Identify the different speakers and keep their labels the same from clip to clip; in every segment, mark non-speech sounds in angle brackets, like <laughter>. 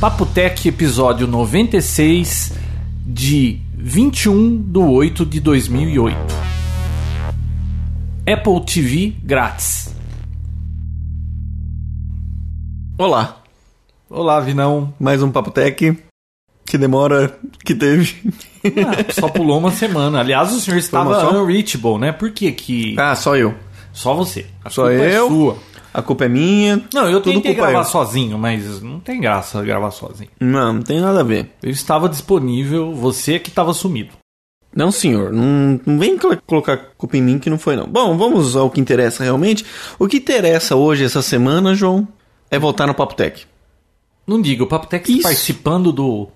Speaker 1: Papo Tech, episódio 96, de 21 de 8 de 2008. Apple TV grátis. Olá. Olá, Vinão.
Speaker 2: Mais um Papotec. Que demora que teve.
Speaker 1: Ah, só pulou uma semana. Aliás, o senhor
Speaker 2: uma
Speaker 1: estava
Speaker 2: só?
Speaker 1: unreachable, né? Por que que...
Speaker 2: Ah, só eu.
Speaker 1: Só você. A
Speaker 2: Só
Speaker 1: culpa é
Speaker 2: eu.
Speaker 1: sua.
Speaker 2: A culpa é minha.
Speaker 1: Não, eu
Speaker 2: Tudo
Speaker 1: tentei
Speaker 2: culpa
Speaker 1: gravar
Speaker 2: eu.
Speaker 1: sozinho, mas não tem graça gravar sozinho.
Speaker 2: Não, não tem nada a ver.
Speaker 1: Eu estava disponível, você é que estava sumido.
Speaker 2: Não, senhor. Não, não vem cl- colocar culpa em mim que não foi, não. Bom, vamos ao que interessa realmente. O que interessa hoje, essa semana, João, é voltar no Papotec.
Speaker 1: Não diga, o Papo Tech está
Speaker 2: Isso.
Speaker 1: participando do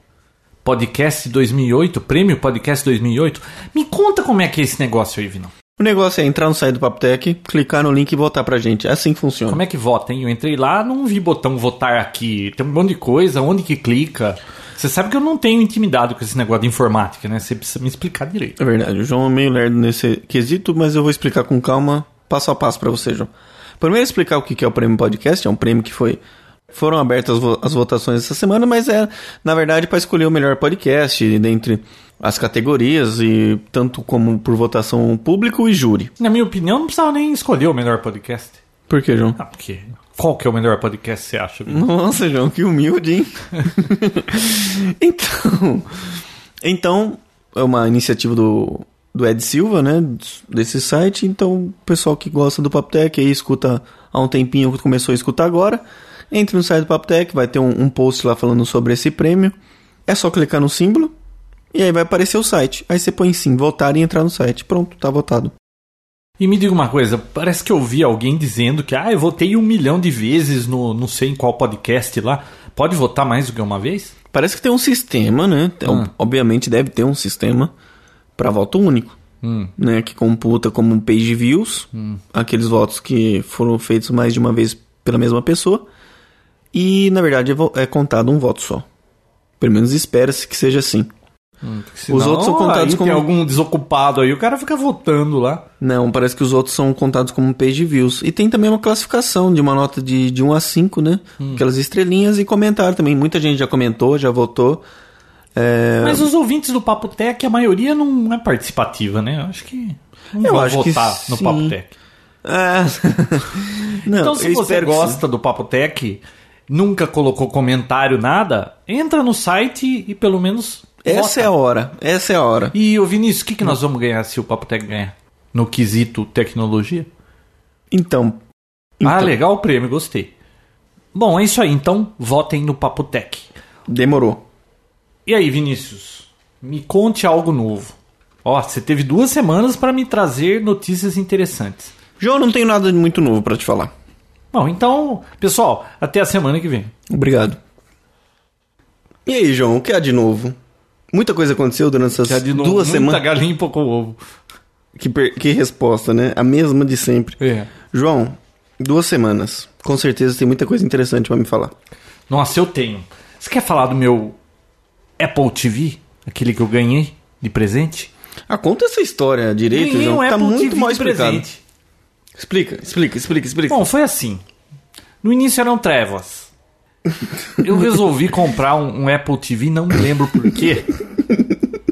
Speaker 1: podcast 2008, prêmio podcast 2008. Me conta como é que é esse negócio aí, Vinão.
Speaker 2: O negócio é entrar no site do Papotec, clicar no link e voltar pra gente. É assim que funciona.
Speaker 1: Como é que vota, hein? Eu entrei lá, não vi botão votar aqui. Tem um monte de coisa, onde que clica. Você sabe que eu não tenho intimidade com esse negócio de informática, né? Você precisa me explicar direito.
Speaker 2: É verdade, o João é meio lerdo nesse quesito, mas eu vou explicar com calma, passo a passo pra você, João. Primeiro explicar o que que é o prêmio podcast, é um prêmio que foi foram abertas vo- as votações essa semana, mas é na verdade para escolher o melhor podcast dentre as categorias e tanto como por votação público e júri.
Speaker 1: Na minha opinião, não precisava nem escolher o melhor podcast.
Speaker 2: Por que, João?
Speaker 1: Ah, porque. Qual que é o melhor podcast, você acha, Vinão?
Speaker 2: Nossa, João, que humilde, hein? então, então, é uma iniciativa do, do Ed Silva, né? Desse site. Então, o pessoal que gosta do Papotec aí escuta há um tempinho, começou a escutar agora. Entre no site do Papotec, vai ter um, um post lá falando sobre esse prêmio. É só clicar no símbolo e aí vai aparecer o site. Aí você põe sim, votar e entrar no site. Pronto, tá votado.
Speaker 1: E me diga uma coisa, parece que eu vi alguém dizendo que ah, eu votei um milhão de vezes no não sei em qual podcast lá. Pode votar mais do que uma vez?
Speaker 2: Parece que tem um sistema, né? Tem um-
Speaker 1: Ah.
Speaker 2: Obviamente deve ter um sistema para voto único.
Speaker 1: Hum.
Speaker 2: né, que computa como page views, aqueles votos que foram feitos mais de uma vez pela mesma pessoa, e na verdade é vo- é contado um voto só. Pelo menos espera-se que seja assim. Os outros são contados
Speaker 1: aí
Speaker 2: como-
Speaker 1: tem algum desocupado aí, o cara fica votando lá.
Speaker 2: Não, parece que os outros são contados como page views. E tem também uma classificação de uma nota de, de 1 a 5, né?
Speaker 1: Hum.
Speaker 2: Aquelas estrelinhas e comentário também. Muita gente já comentou, já votou. É,
Speaker 1: Mas os ouvintes do Papo Tech, a maioria não é participativa, né? Eu acho que não
Speaker 2: Eu
Speaker 1: vão
Speaker 2: acho que
Speaker 1: votar no
Speaker 2: sim.
Speaker 1: Papo Tech.
Speaker 2: Ah. <laughs> Não,
Speaker 1: Então, se
Speaker 2: eu
Speaker 1: você
Speaker 2: espero que sim.
Speaker 1: gosta do Papo Tech, nunca colocou comentário, nada, entra no site e pelo menos
Speaker 2: Essa
Speaker 1: vota.
Speaker 2: é a hora. Essa é a hora.
Speaker 1: E, ô Vinícius, o que, que nós vamos ganhar se o Papo Tech ganhar? No quesito tecnologia?
Speaker 2: Então.
Speaker 1: Ah,
Speaker 2: então
Speaker 1: legal o prêmio, gostei. Bom, é isso aí, então votem no Papo Tech.
Speaker 2: demorou.
Speaker 1: E aí, Vinícius, me conte algo novo. Ó, você teve duas semanas para me trazer notícias interessantes.
Speaker 2: João, não tenho nada de muito novo pra te falar.
Speaker 1: Bom, então, pessoal, até a semana que vem.
Speaker 2: Obrigado. E aí, João, o que há de novo? Muita coisa aconteceu durante essas
Speaker 1: Já de novo,
Speaker 2: duas
Speaker 1: muita
Speaker 2: semanas.
Speaker 1: galinha e pouco ovo.
Speaker 2: Que, per- que resposta, né? A mesma de sempre.
Speaker 1: É.
Speaker 2: João, duas semanas. Com certeza tem muita coisa interessante pra me falar.
Speaker 1: Nossa, eu tenho. Você quer falar do meu Apple TV? Aquele que eu ganhei de presente?
Speaker 2: Ah, conta essa história direito,
Speaker 1: Ganhei um
Speaker 2: João. que tá muito mal
Speaker 1: de
Speaker 2: explicado. Explica, explica, explica, explica.
Speaker 1: Bom, foi assim. No início eram trevas. Eu resolvi comprar um, um Apple TV, não me lembro porquê.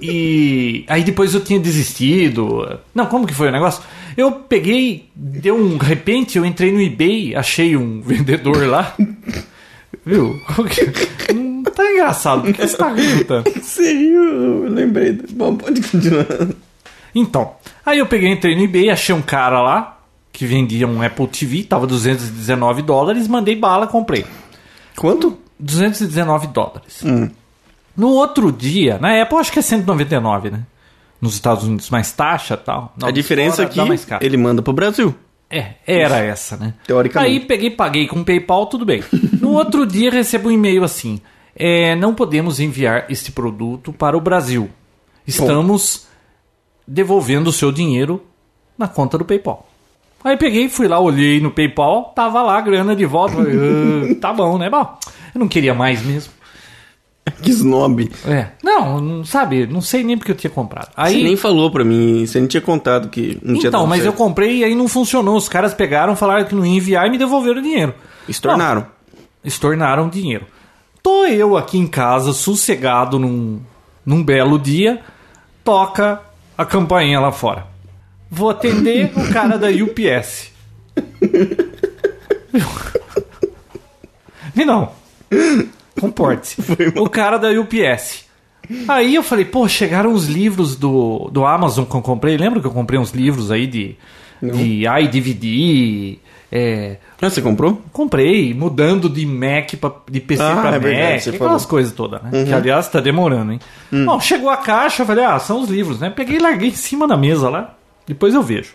Speaker 1: E aí depois eu tinha desistido. Não, como que foi o negócio? Eu peguei, deu um de repente, eu entrei no eBay, achei um vendedor lá. Viu? Como que- Hum, Tá engraçado, por que você tá rindo tanto?
Speaker 2: Sim, eu lembrei. Bom, pode continuar.
Speaker 1: Então, aí eu peguei, entrei no eBay, achei um cara lá que vendia um Apple TV, tava 219 dólares, mandei bala, comprei.
Speaker 2: Quanto?
Speaker 1: 219 dólares.
Speaker 2: Hum.
Speaker 1: No outro dia, na época eu acho que é 199, né? Nos Estados Unidos, mais taxa e tal. Não,
Speaker 2: A diferença é
Speaker 1: fora
Speaker 2: que
Speaker 1: dá mais caro.
Speaker 2: ele manda pro Brasil. <laughs>
Speaker 1: É, era essa, né?
Speaker 2: Teoricamente.
Speaker 1: Aí peguei, paguei com PayPal, tudo bem.
Speaker 2: <laughs>
Speaker 1: No outro dia recebo um e-mail assim: é, não podemos enviar este produto para o Brasil. Estamos devolvendo o seu dinheiro na conta do PayPal. Aí peguei, fui lá, olhei no PayPal, tava lá a grana de volta. Falei, "Ah, tá bom, né? Bom, eu não queria mais mesmo.
Speaker 2: Que snob.
Speaker 1: É. Não, não sabe, não sei nem porque eu tinha comprado. Aí
Speaker 2: Você nem falou pra mim, você não tinha contado que não tinha
Speaker 1: então,
Speaker 2: dado
Speaker 1: mas eu
Speaker 2: certo.
Speaker 1: comprei e aí não funcionou. Os caras pegaram, falaram que não ia enviar e me devolveram o dinheiro.
Speaker 2: Estornaram.
Speaker 1: Estornaram o dinheiro. Tô eu aqui em casa, sossegado num, num belo dia, toca a campainha lá fora. Vou atender o cara da UPS. E não. Comporte-se. O cara da UPS. Aí eu falei, pô, chegaram os livros do, do Amazon que eu comprei. Lembra que eu comprei uns livros aí de, de iDVD? É,
Speaker 2: Ah, você comprou?
Speaker 1: comprei, mudando de Mac pra, de PC
Speaker 2: Ah,
Speaker 1: pra
Speaker 2: é
Speaker 1: Mac,
Speaker 2: verdade, você
Speaker 1: aquelas
Speaker 2: falou. Uhum. Hum.
Speaker 1: coisas todas, né? Que aliás tá demorando, hein? Bom, chegou a caixa, eu falei, ah, são os livros, né? Peguei e larguei em cima da mesa lá, depois eu vejo.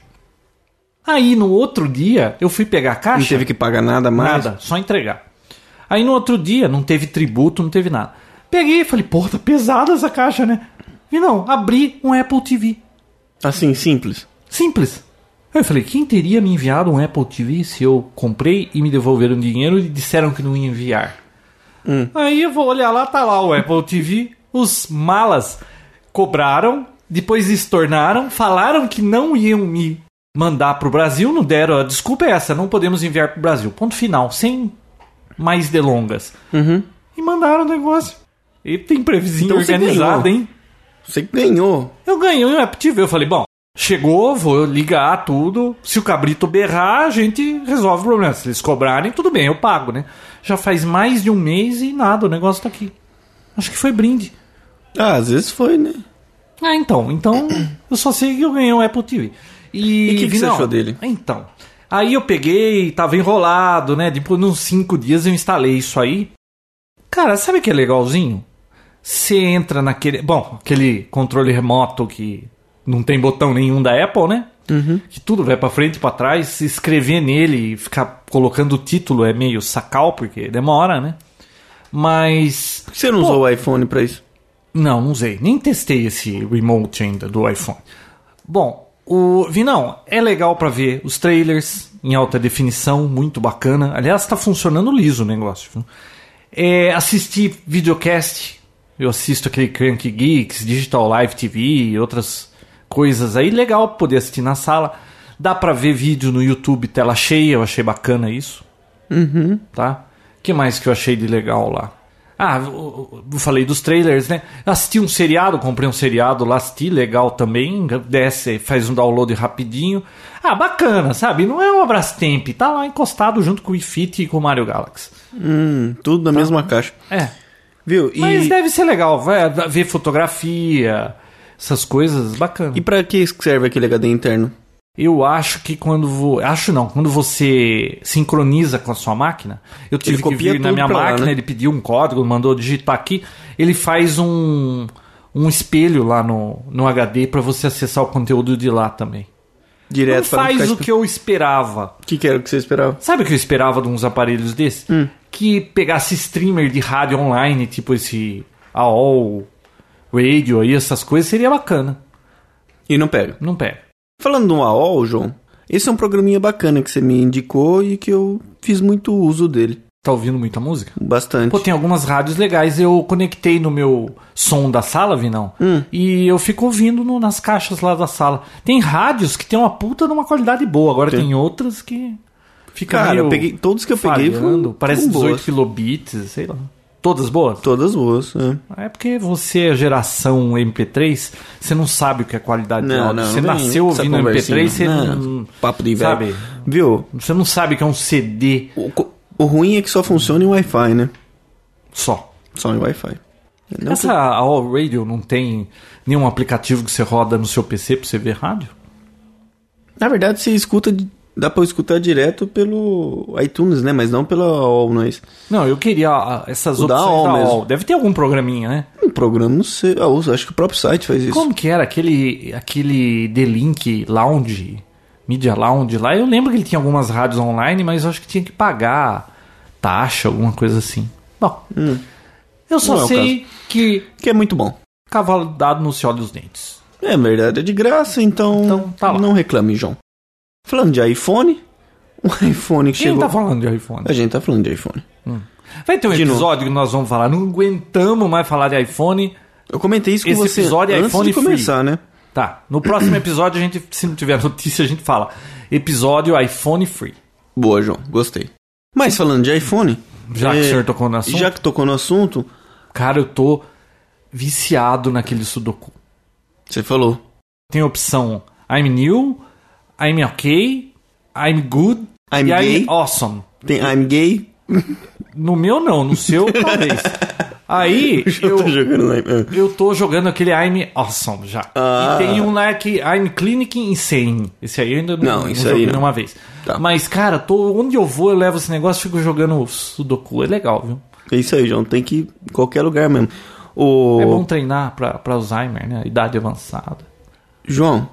Speaker 1: Aí no outro dia eu fui pegar a
Speaker 2: Não
Speaker 1: caixa,
Speaker 2: teve que pagar nada mais?
Speaker 1: nada, só entregar. Aí no outro dia não teve tributo, não teve nada. Peguei e falei, pô, tá pesada essa caixa, né? E não, abri um Apple TV.
Speaker 2: Assim, simples.
Speaker 1: Simples. Aí eu falei, quem teria me enviado um Apple TV se eu comprei e me devolveram dinheiro e disseram que não ia enviar?
Speaker 2: Hum.
Speaker 1: Aí eu vou olhar lá, tá lá o Apple TV. Os malas cobraram, depois estornaram, falaram que não iam me mandar pro Brasil, não deram a desculpa é essa, não podemos enviar pro Brasil. Ponto final, sem mais delongas. E mandaram o negócio. E tem previsinho
Speaker 2: Uhum. Então você
Speaker 1: organizado,
Speaker 2: ganhou.
Speaker 1: hein?
Speaker 2: Você ganhou.
Speaker 1: Eu ganhei um Apple TV. Eu falei, bom, chegou, vou ligar tudo. Se o cabrito berrar, a gente resolve o problema. Se eles cobrarem, tudo bem, eu pago, né? Já faz mais de um mês e nada, o negócio tá aqui. Acho que foi brinde.
Speaker 2: Ah, às vezes foi, né?
Speaker 1: Ah, então. Então, eu só sei que eu ganhei um Apple TV. E
Speaker 2: E que que
Speaker 1: vi,
Speaker 2: você
Speaker 1: não,
Speaker 2: achou dele?
Speaker 1: Então. Aí eu peguei, tava enrolado, né? Depois, uns cinco dias eu instalei isso aí. Cara, sabe o que é legalzinho? Você entra naquele. Bom, aquele controle remoto que não tem botão nenhum da Apple, né?
Speaker 2: Uhum.
Speaker 1: Que tudo vai pra frente e pra trás. Se escrever nele e ficar colocando o título é meio sacal, porque demora, né? Mas.
Speaker 2: Por que você não usou o iPhone pra isso?
Speaker 1: Não, não usei. Nem testei esse remote ainda do iPhone. Bom, o Vinão, é legal pra ver os trailers em alta definição, muito bacana. Aliás, tá funcionando liso o negócio. viu? É, assistir videocast, eu assisto aquele Crank Geeks, Digital Live TV e outras coisas aí. Legal poder assistir na sala. Dá pra ver vídeo no YouTube tela cheia, eu achei bacana isso tá? O que mais que eu achei de legal lá? Ah, eu eu falei dos trailers, né? Assisti um seriado, comprei um seriado lá, assisti, legal também. Desce, faz um download rapidinho. Ah, bacana, sabe? Não é um Abrastemp, tá lá encostado junto com o iFit e com o Mario Galaxy.
Speaker 2: Hum, tudo na mesma caixa.
Speaker 1: É,
Speaker 2: Viu? E,
Speaker 1: mas deve ser legal, vai ver fotografia, essas coisas, bacana.
Speaker 2: e pra que serve aquele HD interno?
Speaker 1: Eu acho que quando vou, acho não, quando você sincroniza com a sua máquina, eu tive que
Speaker 2: copia
Speaker 1: vir na
Speaker 2: tudo
Speaker 1: minha
Speaker 2: pra lá,
Speaker 1: máquina,
Speaker 2: né?
Speaker 1: ele pediu um código, mandou digitar aqui, ele faz um um espelho lá no, no HD pra você acessar o conteúdo de lá também.
Speaker 2: Direto
Speaker 1: não faz
Speaker 2: ficar
Speaker 1: o que eu esperava.
Speaker 2: O que, que era que você esperava?
Speaker 1: Sabe o que eu esperava de uns aparelhos desses?
Speaker 2: Hum.
Speaker 1: Que pegasse streamer de rádio online, tipo esse AOL Radio aí, essas coisas, seria bacana.
Speaker 2: E não pega.
Speaker 1: Não pega.
Speaker 2: Falando no AOL, João, esse é um programinha bacana que você me indicou e que eu fiz muito uso dele.
Speaker 1: Tá ouvindo muita música?
Speaker 2: Bastante.
Speaker 1: Pô, tem algumas rádios legais. Eu conectei no meu som da sala, Vinão.
Speaker 2: Hum.
Speaker 1: E eu fico ouvindo no- nas caixas lá da sala. Tem rádios que tem uma puta de uma qualidade boa. Agora tem,
Speaker 2: Tem.
Speaker 1: outras que fica
Speaker 2: Cara,
Speaker 1: meio
Speaker 2: eu peguei, todos que eu peguei
Speaker 1: falhando.
Speaker 2: foram,
Speaker 1: Parece
Speaker 2: foram
Speaker 1: 18
Speaker 2: boas.
Speaker 1: kilobits, sei lá. Todas boas?
Speaker 2: Todas boas, é.
Speaker 1: É porque você é geração MP3, você não sabe o que é qualidade de
Speaker 2: Não,
Speaker 1: áudio.
Speaker 2: não,
Speaker 1: Você
Speaker 2: não vem
Speaker 1: nasceu
Speaker 2: essa
Speaker 1: ouvindo MP3, você
Speaker 2: conversinha.
Speaker 1: não,
Speaker 2: papo de velho.
Speaker 1: sabe?
Speaker 2: Viu?
Speaker 1: Você não sabe o que é um CD
Speaker 2: O, co- o ruim é que só funciona em Wi-Fi, né?
Speaker 1: só.
Speaker 2: Só em Wi-Fi. Não
Speaker 1: Essa All Radio não tem nenhum aplicativo que você roda no seu PC pra você ver rádio?
Speaker 2: que- Na verdade, você escuta, de- dá pra escutar direto pelo iTunes, né? Mas não pela AOL, não é isso?
Speaker 1: Não, eu queria ah, essas
Speaker 2: O
Speaker 1: opções
Speaker 2: da
Speaker 1: da
Speaker 2: AOL mesmo.
Speaker 1: AOL. Deve ter algum programinha, né?
Speaker 2: Um programa, não sei. Ah, eu acho que o próprio site faz isso.
Speaker 1: Como que era aquele, aquele The Link Lounge? Media Lounge lá. Eu lembro que ele tinha algumas rádios online, mas eu acho que tinha que pagar taxa, alguma coisa assim. Bom, eu só
Speaker 2: Hum. Não é o
Speaker 1: sei que
Speaker 2: Que é muito bom.
Speaker 1: cavalo dado não se olha os dentes.
Speaker 2: É verdade, é de graça, então,
Speaker 1: Então, tá lá.
Speaker 2: não reclame, João. Falando de iPhone, <laughs> um iPhone que
Speaker 1: Quem
Speaker 2: chegou...
Speaker 1: tá falando de iPhone?
Speaker 2: A gente tá falando de iPhone.
Speaker 1: Vai ter um
Speaker 2: De novo.
Speaker 1: episódio que nós vamos falar, não aguentamos mais falar de iPhone.
Speaker 2: Eu comentei isso com
Speaker 1: Esse
Speaker 2: você
Speaker 1: episódio é
Speaker 2: antes
Speaker 1: iPhone
Speaker 2: de começar, né?
Speaker 1: Tá, no próximo episódio a gente, se não tiver notícia, a gente fala. Episódio iPhone Free.
Speaker 2: Boa, João, gostei. Mas falando de iPhone,
Speaker 1: Já que
Speaker 2: É,
Speaker 1: o senhor tocou no assunto,
Speaker 2: já que tocou no assunto,
Speaker 1: cara, eu tô viciado naquele Sudoku.
Speaker 2: você falou,
Speaker 1: Tem a opção I'm new, I'm okay, I'm good
Speaker 2: I'm
Speaker 1: e
Speaker 2: gay.
Speaker 1: I'm awesome.
Speaker 2: tem I'm gay,
Speaker 1: No meu não, no seu talvez. Aí
Speaker 2: <laughs> eu tô
Speaker 1: eu,
Speaker 2: jogando no iPhone.
Speaker 1: eu tô jogando aquele I'm awesome já.
Speaker 2: Ah.
Speaker 1: E tem um lá que I'm clinic insane. Esse aí eu ainda não,
Speaker 2: Não, isso aí
Speaker 1: joguei
Speaker 2: não.
Speaker 1: nenhuma vez.
Speaker 2: Tá.
Speaker 1: Mas cara, tô, onde eu vou eu levo esse negócio e fico jogando Sudoku. É legal, viu?
Speaker 2: É isso aí, João, tem que ir em qualquer lugar mesmo. O
Speaker 1: É bom treinar pra, pra Alzheimer, né? Idade avançada.
Speaker 2: João,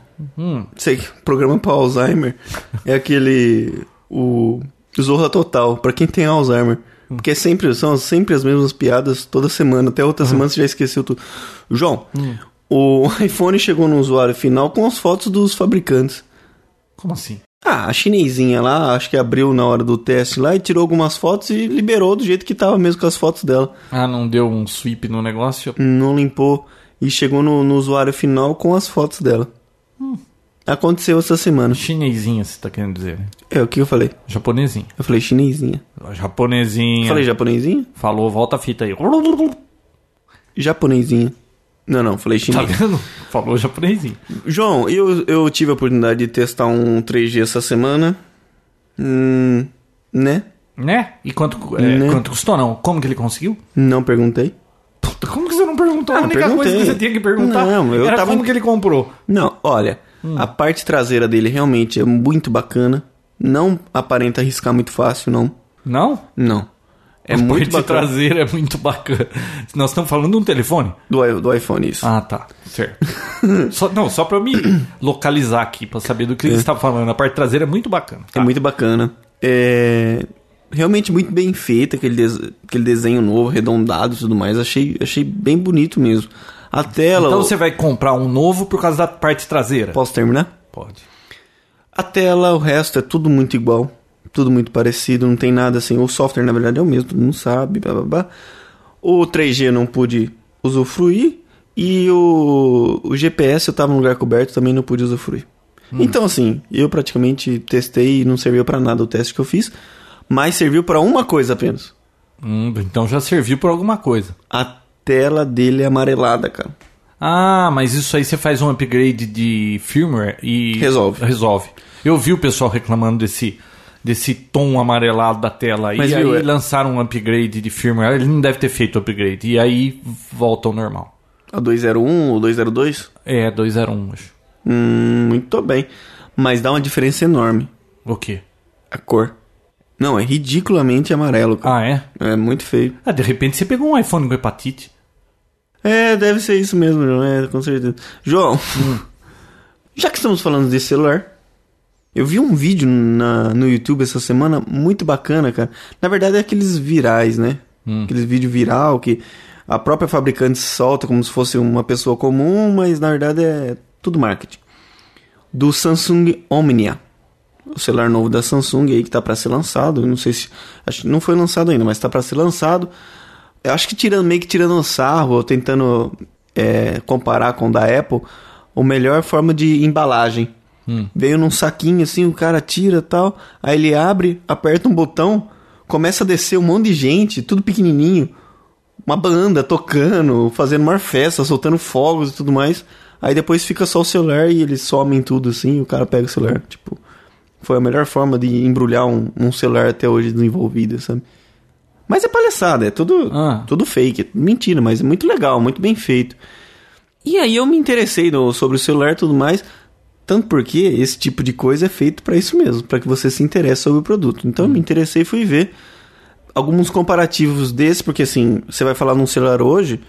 Speaker 2: sei que o programa pra Alzheimer é aquele o Zorra Total, pra quem tem Alzheimer. Porque é sempre são sempre as mesmas piadas toda semana, até outra semana você já esqueceu tudo. João, o <laughs> iPhone chegou no usuário final com as fotos dos fabricantes.
Speaker 1: Como assim?
Speaker 2: Ah, a chinesinha lá, acho que abriu na hora do teste lá e tirou algumas fotos e liberou do jeito que tava mesmo com as fotos dela.
Speaker 1: Ah, não deu um sweep no negócio?
Speaker 2: Não limpou e chegou no, no usuário final com as fotos dela. Aconteceu essa semana.
Speaker 1: Chinesinha, você tá querendo dizer. né?
Speaker 2: É o que eu falei.
Speaker 1: Japonesinha.
Speaker 2: Eu falei chinesinha.
Speaker 1: Japonesinha.
Speaker 2: Falei japonesinha?
Speaker 1: Falou, volta a fita aí. <laughs> Tá
Speaker 2: Japonesinha. Não, não, falei
Speaker 1: Tá
Speaker 2: chinês.
Speaker 1: vendo? Falou japonesinha.
Speaker 2: João, eu, eu tive a oportunidade de testar um 3G essa semana. Hum, né?
Speaker 1: Né? E quanto, é,
Speaker 2: Né?
Speaker 1: quanto custou, não? Como que ele conseguiu?
Speaker 2: Não perguntei.
Speaker 1: Puta, como que você não perguntou?
Speaker 2: Ah,
Speaker 1: a única coisa que
Speaker 2: perguntei.
Speaker 1: você tinha que perguntar
Speaker 2: Não, eu
Speaker 1: era
Speaker 2: tava-
Speaker 1: como que ele comprou.
Speaker 2: Não, olha,
Speaker 1: Hum.
Speaker 2: a parte traseira dele realmente é muito bacana. Não aparenta arriscar muito fácil, não.
Speaker 1: Não?
Speaker 2: Não. É
Speaker 1: a
Speaker 2: muito
Speaker 1: parte
Speaker 2: bacana.
Speaker 1: traseira é muito bacana. Nós estamos falando de um telefone?
Speaker 2: Do, i- do iPhone, isso.
Speaker 1: Ah, tá.
Speaker 2: <laughs>
Speaker 1: Certo. Só- não, só pra eu me localizar aqui, pra saber do que ele está falando. A parte traseira é muito bacana.
Speaker 2: É
Speaker 1: Tá.
Speaker 2: muito bacana. É realmente muito bem feito aquele, des- aquele desenho novo, arredondado e tudo mais. Achei, achei bem bonito mesmo. A tela.
Speaker 1: Então você vai comprar um novo por causa da parte traseira?
Speaker 2: Posso terminar?
Speaker 1: Pode.
Speaker 2: A tela, o resto é tudo muito igual, tudo muito parecido, não tem nada assim. O software, na verdade, é o mesmo, todo mundo sabe, blá blá blá. O 3G eu não pude usufruir e o, o GPS eu tava num lugar coberto também não pude usufruir. Então, assim, eu praticamente testei e não serviu pra nada o teste que eu fiz, mas serviu pra uma coisa apenas.
Speaker 1: Hum, então já serviu por alguma coisa.
Speaker 2: A tela dele é amarelada, cara.
Speaker 1: Ah, mas isso aí você faz um upgrade de firmware e.
Speaker 2: Resolve.
Speaker 1: Resolve. Eu vi o pessoal reclamando desse, desse tom amarelado da tela aí.
Speaker 2: Mas,
Speaker 1: e aí
Speaker 2: viu, é-
Speaker 1: lançaram um upgrade de firmware. Ele não deve ter feito upgrade. E aí volta ao normal.
Speaker 2: A 201 ou 202?
Speaker 1: É, 201, acho.
Speaker 2: Hum, muito bem. Mas dá uma diferença enorme.
Speaker 1: O quê?
Speaker 2: A cor. Não, é ridiculamente amarelo, cara.
Speaker 1: Ah, é?
Speaker 2: É muito feio.
Speaker 1: Ah, de repente você pegou um iPhone com hepatite.
Speaker 2: É, deve ser isso mesmo, João. É, com certeza. João, <laughs> já que estamos falando de celular, eu vi um vídeo na, no YouTube essa semana muito bacana, cara. Na verdade, é aqueles virais, né? Aqueles vídeo viral que a própria fabricante solta como se fosse uma pessoa comum, mas na verdade é tudo marketing. Do Samsung Omnia. o celular novo da Samsung aí que tá para ser lançado, eu não sei se acho que não foi lançado ainda, mas tá para ser lançado. Eu acho que tirando meio que tirando sarro, ou tentando é, comparar com o da Apple, a melhor forma de embalagem. Veio num saquinho assim, o cara tira tal, aí ele abre, aperta um botão, começa a descer um monte de gente, tudo pequenininho, uma banda tocando, fazendo uma festa, soltando fogos e tudo mais. Aí depois fica só o celular e eles somem tudo assim, e o cara pega o celular, tipo, foi a melhor forma de embrulhar um, um celular até hoje desenvolvido, sabe? Mas é palhaçada, é tudo,
Speaker 1: Ah.
Speaker 2: tudo fake, é mentira, mas é muito legal, muito bem feito. E aí eu me interessei no- sobre o celular e tudo mais, tanto porque esse tipo de coisa é feito pra isso mesmo, pra que você se interesse sobre o produto. Então eu me interessei e fui ver alguns comparativos desse, porque assim, você vai falar num celular hoje,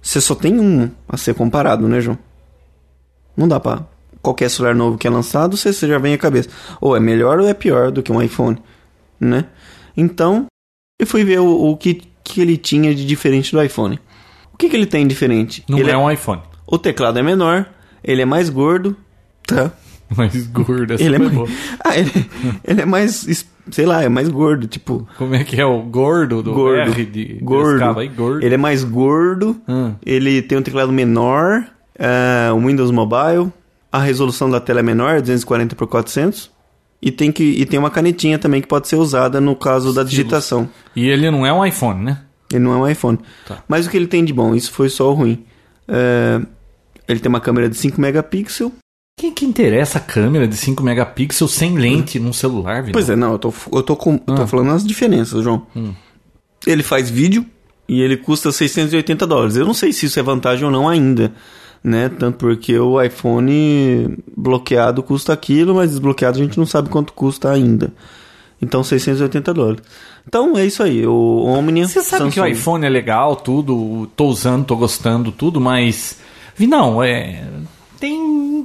Speaker 2: você só tem um a ser comparado, né, João? Não dá pra qualquer celular novo que é lançado, você, você já vem à cabeça. Ou é melhor ou é pior do que um iPhone, né? Então, eu fui ver o, o que, que ele tinha de diferente do iPhone. O que, que ele tem diferente?
Speaker 1: Não
Speaker 2: ele
Speaker 1: é um iPhone. <laughs>
Speaker 2: O teclado é menor, ele é mais gordo, tá?
Speaker 1: Mas gordo, assim, essa
Speaker 2: Ele é,
Speaker 1: foi
Speaker 2: mais,
Speaker 1: boa.
Speaker 2: <laughs> ah, ele, ele é mais, es- sei lá, é mais gordo, tipo...
Speaker 1: Como é que é o gordo do
Speaker 2: gordo.
Speaker 1: R de
Speaker 2: gordo.
Speaker 1: Piracicaba aí? gordo.
Speaker 2: Ele é mais gordo.
Speaker 1: Hum.
Speaker 2: Ele tem um teclado menor. é, um Windows Mobile. A resolução da tela é menor, 240 por 400 e tem, que, e tem uma canetinha também que pode ser usada no caso da digitação.
Speaker 1: E ele não é um iPhone, né?
Speaker 2: Ele não é um iPhone.
Speaker 1: Tá.
Speaker 2: Mas o que ele tem de bom? Isso foi só o ruim. É, ele tem uma câmera de 5 megapixels.
Speaker 1: Quem que interessa a câmera de 5 megapixels sem lente num celular, Vinão?
Speaker 2: Pois é, não, eu tô, eu tô, com,
Speaker 1: Ah.
Speaker 2: eu tô falando as diferenças, João.
Speaker 1: Hum.
Speaker 2: Ele faz vídeo e ele custa 680 dólares. Eu não sei se isso é vantagem ou não ainda, né? Tanto porque o iPhone bloqueado custa aquilo, mas desbloqueado a gente não sabe quanto custa ainda. Então, 680 dólares. Então, é isso aí. O Omnia...
Speaker 1: Você sabe que o
Speaker 2: Samsung.
Speaker 1: iPhone é legal, tudo, tô usando, tô gostando, tudo, mas. Vinão, é. Tem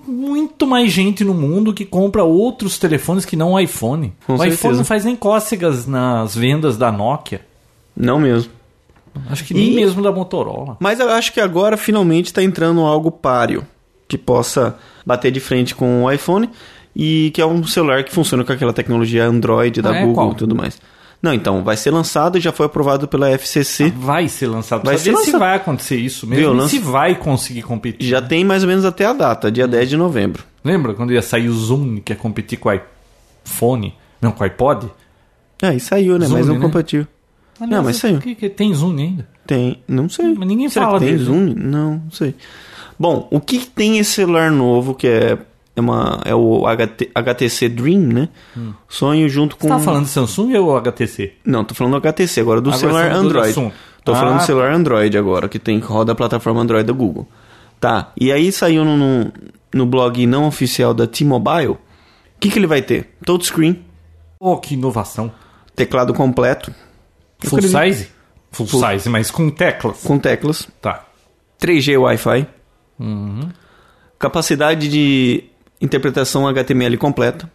Speaker 1: muito mais gente no mundo que compra outros telefones que não o iPhone.
Speaker 2: Com
Speaker 1: o iPhone
Speaker 2: certeza.
Speaker 1: não faz nem cócegas nas vendas da Nokia.
Speaker 2: Não mesmo.
Speaker 1: Acho que nem
Speaker 2: E-
Speaker 1: mesmo da Motorola.
Speaker 2: Mas eu acho que agora finalmente está entrando algo páreo que possa bater de frente com o iPhone e que é um celular que funciona com aquela tecnologia Android da
Speaker 1: Ah, é?
Speaker 2: Google
Speaker 1: Qual?
Speaker 2: e tudo mais. Não, então, vai ser lançado e já foi aprovado pela FCC.
Speaker 1: Vai ser lançado.
Speaker 2: Vai
Speaker 1: Vai
Speaker 2: ser
Speaker 1: saber se
Speaker 2: lançado.
Speaker 1: vai acontecer isso mesmo.
Speaker 2: Viu,
Speaker 1: e
Speaker 2: lança-
Speaker 1: Se vai conseguir competir.
Speaker 2: Já tem mais ou menos até a data, dia 10 de novembro.
Speaker 1: Lembra quando ia sair o Zoom, que ia competir com o iPhone? Não, com o iPod?
Speaker 2: Aí saiu, né?
Speaker 1: Zoom,
Speaker 2: mais um
Speaker 1: né?
Speaker 2: compatível.
Speaker 1: Aliás,
Speaker 2: mas saiu.
Speaker 1: assim, Que, que tem Zoom ainda?
Speaker 2: Tem, não sei.
Speaker 1: Mas ninguém
Speaker 2: Será
Speaker 1: fala
Speaker 2: que tem
Speaker 1: dele.
Speaker 2: Zoom? Não, não sei. Bom, o que que tem esse celular novo que é é, uma, é o HT, HTC Dream, né? Sonho junto com
Speaker 1: Hum. Você tava falando de Samsung ou HTC?
Speaker 2: Não, tô falando do HTC, agora do
Speaker 1: Agora
Speaker 2: celular
Speaker 1: estamos mudando de
Speaker 2: Android.
Speaker 1: assunto.
Speaker 2: Tô
Speaker 1: Ah,
Speaker 2: falando do
Speaker 1: tá.
Speaker 2: celular Android agora, que tem que roda a plataforma Android da Google. Tá, e aí saiu no, no, no blog não oficial da T-Mobile, o que, que ele vai ter? Touchscreen,
Speaker 1: Oh, que inovação.
Speaker 2: teclado completo, Eu
Speaker 1: Full
Speaker 2: acredito.
Speaker 1: size? Full, size, mas com teclas.
Speaker 2: com teclas,
Speaker 1: Tá.
Speaker 2: 3G Wi-Fi,
Speaker 1: Uhum.
Speaker 2: capacidade de interpretação HTML completa,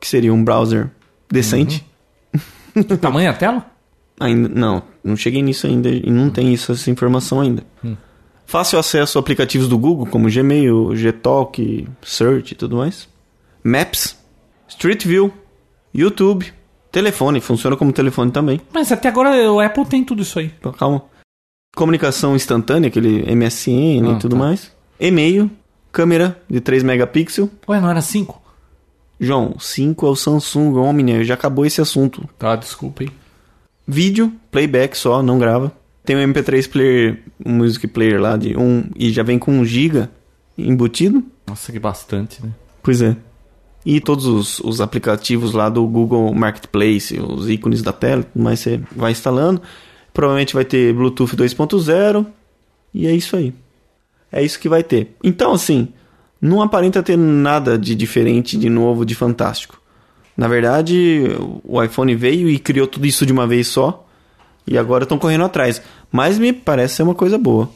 Speaker 2: que seria um browser
Speaker 1: Uhum.
Speaker 2: decente.
Speaker 1: Que <laughs> tamanho a tela?
Speaker 2: Ainda, não, não cheguei nisso ainda e não tem isso, essa informação ainda.
Speaker 1: Hum.
Speaker 2: Fácil acesso a aplicativos do Google, como Gmail, Gtalk, Search e tudo mais. Maps, Street View, YouTube, telefone, funciona como telefone também.
Speaker 1: Mas até agora o Apple tem tudo isso aí.
Speaker 2: Então, calma. Comunicação instantânea, aquele MSN
Speaker 1: Ah,
Speaker 2: e tudo
Speaker 1: tá.
Speaker 2: mais. E-mail, câmera de 3 megapixels.
Speaker 1: Ué, não era 5?
Speaker 2: João, 5 é o Samsung Omnia, já acabou esse assunto.
Speaker 1: Tá, desculpa aí.
Speaker 2: Vídeo, playback só, não grava. Tem um MP3 player, um music player lá de 1 um, e já vem com 1 GB embutido.
Speaker 1: Nossa, que bastante, né?
Speaker 2: Pois é. E todos os, os aplicativos lá do Google Marketplace, os ícones da tela, mas você vai instalando. Provavelmente vai ter Bluetooth 2.0 e é isso aí. É isso que vai ter. Então, assim, não aparenta ter nada de diferente, de novo, de fantástico. Na verdade, o iPhone veio e criou tudo isso de uma vez só. E agora estão correndo atrás. Mas me parece ser uma coisa boa.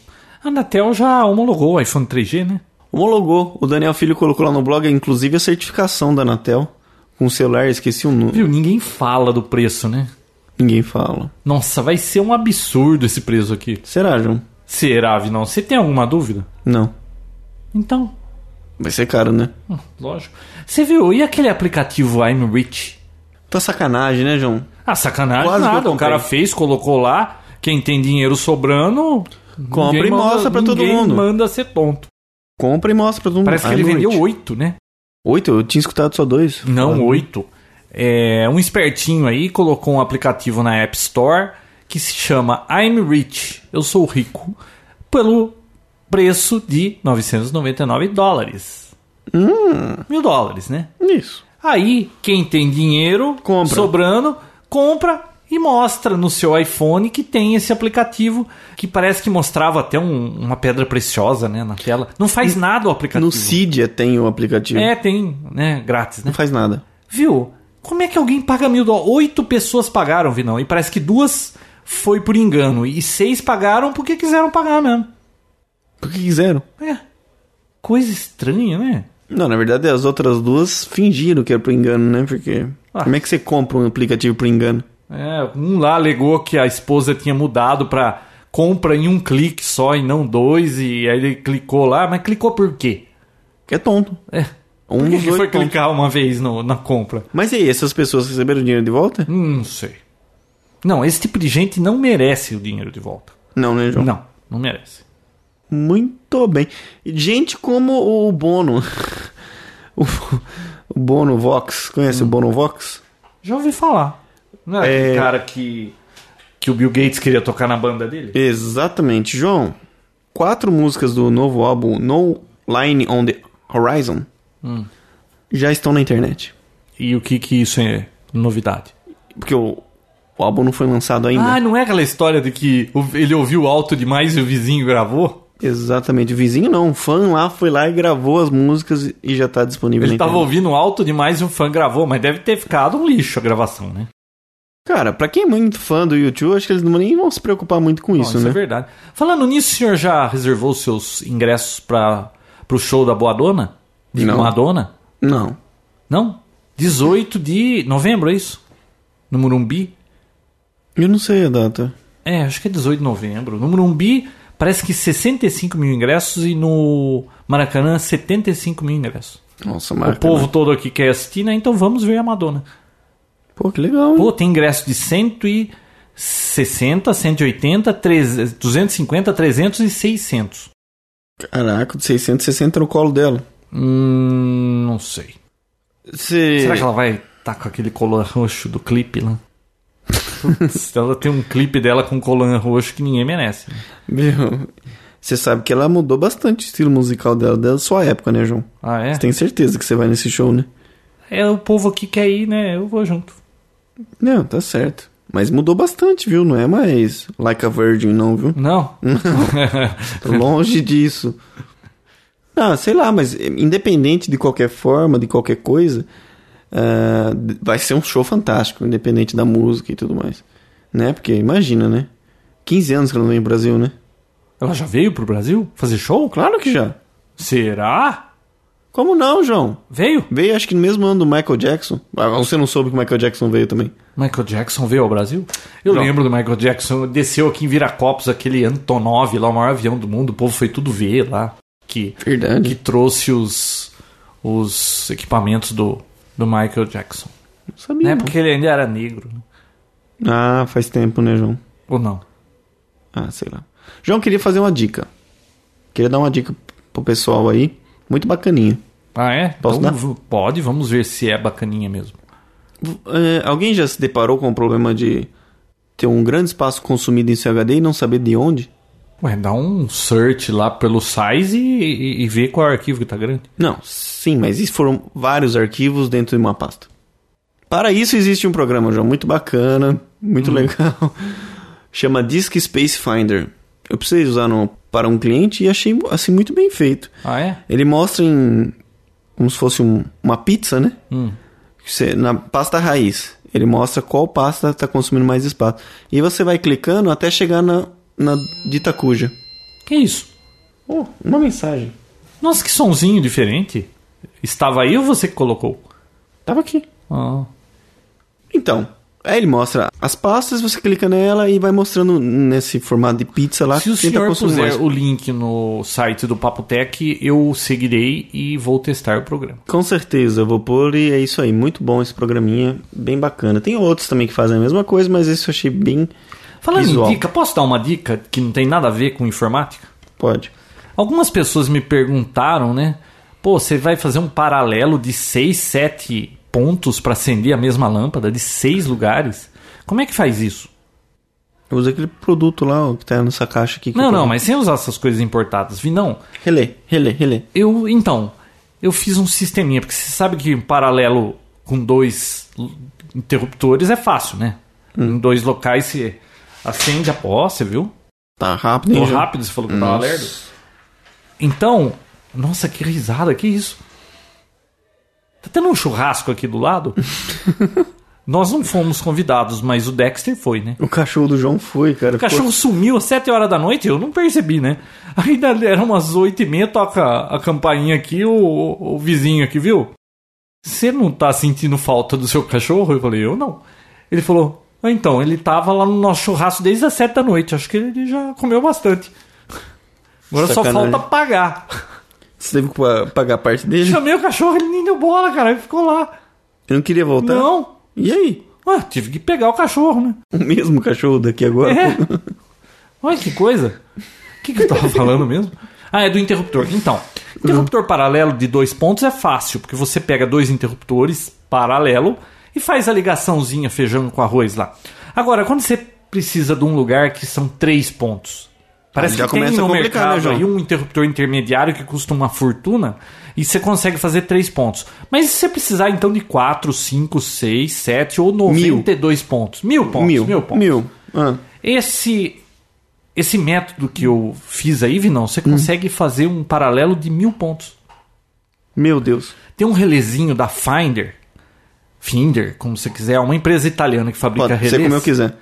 Speaker 1: A Anatel Ah, já homologou o iPhone 3G, né?
Speaker 2: Homologou. O Daniel Filho colocou lá no blog, inclusive, a certificação da Anatel. Com o celular, esqueci o número.
Speaker 1: Viu, ninguém fala do preço, né?
Speaker 2: Ninguém fala.
Speaker 1: Nossa, vai ser um absurdo esse preço aqui.
Speaker 2: Será, João?
Speaker 1: Será, Vinão? Você tem alguma dúvida?
Speaker 2: Não.
Speaker 1: Então,
Speaker 2: Vai ser caro, né?
Speaker 1: hum, lógico. Você viu, e aquele aplicativo I'm Rich?
Speaker 2: Tá sacanagem, né, João?
Speaker 1: Ah, sacanagem
Speaker 2: Quase que eu
Speaker 1: nada. O
Speaker 2: comprei.
Speaker 1: cara fez, colocou lá. Quem tem dinheiro sobrando...
Speaker 2: Compra
Speaker 1: ninguém
Speaker 2: e mostra pra todo
Speaker 1: ninguém
Speaker 2: mundo.
Speaker 1: manda ser tonto.
Speaker 2: Compra e mostra pra todo mundo.
Speaker 1: Parece que ele
Speaker 2: I'm
Speaker 1: vendeu
Speaker 2: rich.
Speaker 1: oito, né?
Speaker 2: Oito? Eu tinha escutado só dois. Ah,
Speaker 1: Não,
Speaker 2: Falando.
Speaker 1: oito. É, um espertinho aí colocou um aplicativo na App Store que se chama I'm Rich, eu sou rico, pelo preço de 999 dólares.
Speaker 2: Hum.
Speaker 1: Mil dólares, né?
Speaker 2: Isso.
Speaker 1: Aí, quem tem dinheiro
Speaker 2: Compra.
Speaker 1: sobrando, compra e mostra no seu iPhone que tem esse aplicativo que parece que mostrava até um- uma pedra preciosa né, na tela. Não faz nada o aplicativo.
Speaker 2: No Cydia tem o aplicativo.
Speaker 1: Tá É, tem, né? Grátis, né?
Speaker 2: Não faz nada.
Speaker 1: Viu? Como é que alguém paga mil dólares? Oito pessoas pagaram, Vinão, e parece que duas foi por engano. E seis pagaram porque quiseram pagar mesmo.
Speaker 2: Por que quiseram?
Speaker 1: É. Coisa estranha, né?
Speaker 2: Não, na verdade as outras duas fingiram que era por engano, né? Porque.
Speaker 1: Ah.
Speaker 2: Como é que você compra um aplicativo por engano?
Speaker 1: É, um lá alegou que a esposa tinha mudado pra compra em um clique só e não dois, e aí ele clicou lá, mas clicou por quê?
Speaker 2: Que é tonto.
Speaker 1: É.
Speaker 2: Um
Speaker 1: Por que,
Speaker 2: dos
Speaker 1: que
Speaker 2: dois
Speaker 1: foi
Speaker 2: tonto.
Speaker 1: clicar uma vez no- na compra?
Speaker 2: Mas e aí, essas pessoas receberam dinheiro de volta?
Speaker 1: Hum, Não sei. Não, esse tipo de gente não merece o dinheiro de volta.
Speaker 2: Não, né, João?
Speaker 1: Não, não merece.
Speaker 2: Muito bem. Gente como o Bono. <laughs> o, o Bono Vox. Conhece
Speaker 1: Hum.
Speaker 2: o Bono Vox?
Speaker 1: Já ouvi falar. Não é, aquele cara que, que o Bill Gates queria tocar na banda dele?
Speaker 2: Exatamente, João. Quatro músicas do novo álbum No Line on the Horizon
Speaker 1: Hum.
Speaker 2: já estão na internet.
Speaker 1: E o que que isso é novidade?
Speaker 2: Porque o, o álbum não foi lançado ainda.
Speaker 1: Ah, não é aquela história de que o- ele ouviu alto demais e o vizinho gravou?
Speaker 2: Exatamente. Vizinho não. Um fã lá foi lá e gravou as músicas e já tá disponível
Speaker 1: Ele
Speaker 2: na
Speaker 1: tava
Speaker 2: internet.
Speaker 1: ouvindo alto demais e um fã gravou, mas deve ter ficado um lixo a gravação, né?
Speaker 2: Cara, pra quem é muito fã do YouTube, acho que eles não- nem vão se preocupar muito com
Speaker 1: Não,
Speaker 2: isso,
Speaker 1: é
Speaker 2: né?
Speaker 1: verdade. Falando nisso, o senhor já reservou os seus ingressos para pro show da Boa Dona? De
Speaker 2: Não.
Speaker 1: Madonna?
Speaker 2: não.
Speaker 1: Não? 18 de novembro, é isso? No Murumbi?
Speaker 2: Eu não sei a data.
Speaker 1: É, acho que é 18 de novembro. No Murumbi, parece que 65 mil ingressos e no Maracanã, 75 mil ingressos.
Speaker 2: Nossa, né? Maracanã.
Speaker 1: O povo todo aqui quer assistir, né? Então vamos ver a Madonna.
Speaker 2: Pô, que legal, hein?
Speaker 1: Pô, tem ingresso de 160, 180, 300, 250, 300 e 600.
Speaker 2: Caraca, de 660 no colo dela.
Speaker 1: Hum, não sei.
Speaker 2: Cê-
Speaker 1: Será que ela vai estar com aquele colar roxo do clipe
Speaker 2: <laughs>
Speaker 1: lá? Putz, ela tem um clipe dela com colar roxo que ninguém merece. né?
Speaker 2: Viu? Você sabe que ela mudou bastante o estilo musical dela, da sua época, né, João?
Speaker 1: Ah, é?
Speaker 2: Você tem certeza que você vai nesse show, né?
Speaker 1: É o povo aqui quer ir, né? Eu vou junto.
Speaker 2: Não, tá certo. Mas mudou bastante, viu? Não é mais Like a Virgin, não, viu? <laughs>
Speaker 1: Não?
Speaker 2: Longe disso. Ah, sei lá, mas eh, independente de qualquer forma, de qualquer coisa, ah, d- vai ser um show fantástico, independente da música e tudo mais. Né? Porque imagina, né? 15 anos que ela não vem ao Brasil, né?
Speaker 1: Ela já veio pro Brasil fazer show?
Speaker 2: Claro que já.
Speaker 1: Será?
Speaker 2: Como não, João?
Speaker 1: Veio?
Speaker 2: Veio acho que no mesmo ano do Michael Jackson. Ah, você não soube que o Michael Jackson veio também.
Speaker 1: Michael Jackson veio ao Brasil? Eu
Speaker 2: Não.
Speaker 1: lembro do Michael Jackson. Desceu aqui em Viracopos, aquele Antonov lá, o maior avião do mundo. O povo foi tudo ver lá. Que, que
Speaker 2: Verdade.
Speaker 1: trouxe os, os equipamentos do, do Michael Jackson.
Speaker 2: Não
Speaker 1: Na
Speaker 2: sabia. não.
Speaker 1: época ele ainda era negro. né?
Speaker 2: Ah, faz tempo, né, João?
Speaker 1: Ou não?
Speaker 2: Ah, sei lá. João, queria fazer uma dica. Queria dar uma dica pro pessoal aí. Muito bacaninha.
Speaker 1: Ah, é?
Speaker 2: Posso
Speaker 1: Então
Speaker 2: dar?
Speaker 1: v- Pode, vamos ver se é bacaninha mesmo.
Speaker 2: É, alguém já se deparou com o problema de ter um grande espaço consumido em seu HD e não saber de onde?
Speaker 1: Ué, dá um search lá pelo size e, e, e vê qual arquivo que tá grande.
Speaker 2: Não, sim, mas isso foram vários arquivos dentro de uma pasta. Para isso existe um programa, João, muito bacana, muito legal. <laughs> Chama Disk Space Finder. Eu precisei usar no- para um cliente e achei assim muito bem feito.
Speaker 1: Ah, é?
Speaker 2: Ele mostra em como se fosse um- uma pizza, né?
Speaker 1: Hum.
Speaker 2: Que você- na pasta raiz. Ele mostra qual pasta está consumindo mais espaço. E você vai clicando até chegar na, na dita cuja.
Speaker 1: Que isso?
Speaker 2: Oh, uma mensagem.
Speaker 1: Nossa, que sonzinho diferente. Estava aí ou você que colocou?
Speaker 2: Tava aqui.
Speaker 1: Ah,
Speaker 2: Então, aí ele mostra as pastas, você clica nela e vai mostrando nesse formato de pizza lá
Speaker 1: se o
Speaker 2: quem tá
Speaker 1: senhor
Speaker 2: consumindo
Speaker 1: puser
Speaker 2: mais.
Speaker 1: o link no site do Papotec, eu seguirei e vou testar o programa.
Speaker 2: Com certeza, eu vou pôr e é isso aí. Muito bom esse programinha, bem bacana. Tem outros também que fazem a mesma coisa, mas esse eu achei bem
Speaker 1: Falando
Speaker 2: visual.
Speaker 1: em dica, posso dar uma dica que não tem nada a ver com informática?
Speaker 2: Pode.
Speaker 1: Algumas pessoas me perguntaram, né? Pô, você vai fazer um paralelo de 6, 7 pontos para acender a mesma lâmpada de seis lugares? Como é que faz isso?
Speaker 2: Eu uso aquele produto lá ó, que tá nessa caixa aqui. que
Speaker 1: Não,
Speaker 2: eu tô-
Speaker 1: não, mas sem usar essas coisas importadas. Vi, não.
Speaker 2: Relê, relê, relê.
Speaker 1: Eu, então, eu fiz um sisteminha, porque você sabe que um paralelo com dois l- interruptores é fácil, né? Em dois locais você acende a... Ó, você viu?
Speaker 2: Tá rápido, hein,
Speaker 1: Tô
Speaker 2: João?
Speaker 1: rápido, você falou que eu tava
Speaker 2: Nossa.
Speaker 1: lerdo. Então, nossa, que risada, que isso? Tá tendo um churrasco aqui do lado? Nós não fomos convidados, mas o Dexter foi, né?
Speaker 2: O cachorro do João foi, cara.
Speaker 1: O cachorro sumiu às 7 horas da noite, eu não percebi, né? <laughs> Ainda eram umas 8 e meia, toca a campainha aqui, o, o vizinho aqui, viu? Você não tá sentindo falta do seu cachorro? Eu falei, eu não. Ele falou, "Ah, então, ele tava lá no nosso churrasco desde as 7 da noite, acho que ele já comeu bastante. <laughs> Agora
Speaker 2: Sacanagem.
Speaker 1: só falta pagar.
Speaker 2: Você teve que pa- pagar a parte dele?
Speaker 1: Chamei o cachorro, ele nem deu bola, cara, ele ficou lá.
Speaker 2: Eu não queria voltar.
Speaker 1: Não.
Speaker 2: E aí?
Speaker 1: Ah, tive que pegar o cachorro, né?
Speaker 2: O mesmo cachorro daqui agora?
Speaker 1: É. <laughs> Olha que coisa. O que, que eu tava falando mesmo? Ah, é do interruptor. Então, interruptor paralelo de dois pontos é fácil, porque você pega dois interruptores paralelo e faz a ligaçãozinha feijão com arroz lá. Agora, quando você precisa de um lugar que são três pontos, parece
Speaker 2: Aí já
Speaker 1: que tem
Speaker 2: começa a
Speaker 1: no
Speaker 2: complicar, né,
Speaker 1: mercado
Speaker 2: João?
Speaker 1: aí um interruptor intermediário que custa uma fortuna e você consegue fazer três pontos. Mas se você precisar então de quatro, cinco, seis, sete ou 92 pontos, mil pontos, mil,
Speaker 2: Mil.
Speaker 1: pontos.
Speaker 2: Mil. Ah,
Speaker 1: Esse esse método que eu fiz aí, Vinão,
Speaker 2: Hum.
Speaker 1: você consegue fazer um paralelo de mil pontos.
Speaker 2: meu Deus.
Speaker 1: Tem um relezinho da Finder, Finder, como você quiser, é uma empresa italiana que fabrica
Speaker 2: Pode
Speaker 1: relés.
Speaker 2: ser como eu quiser.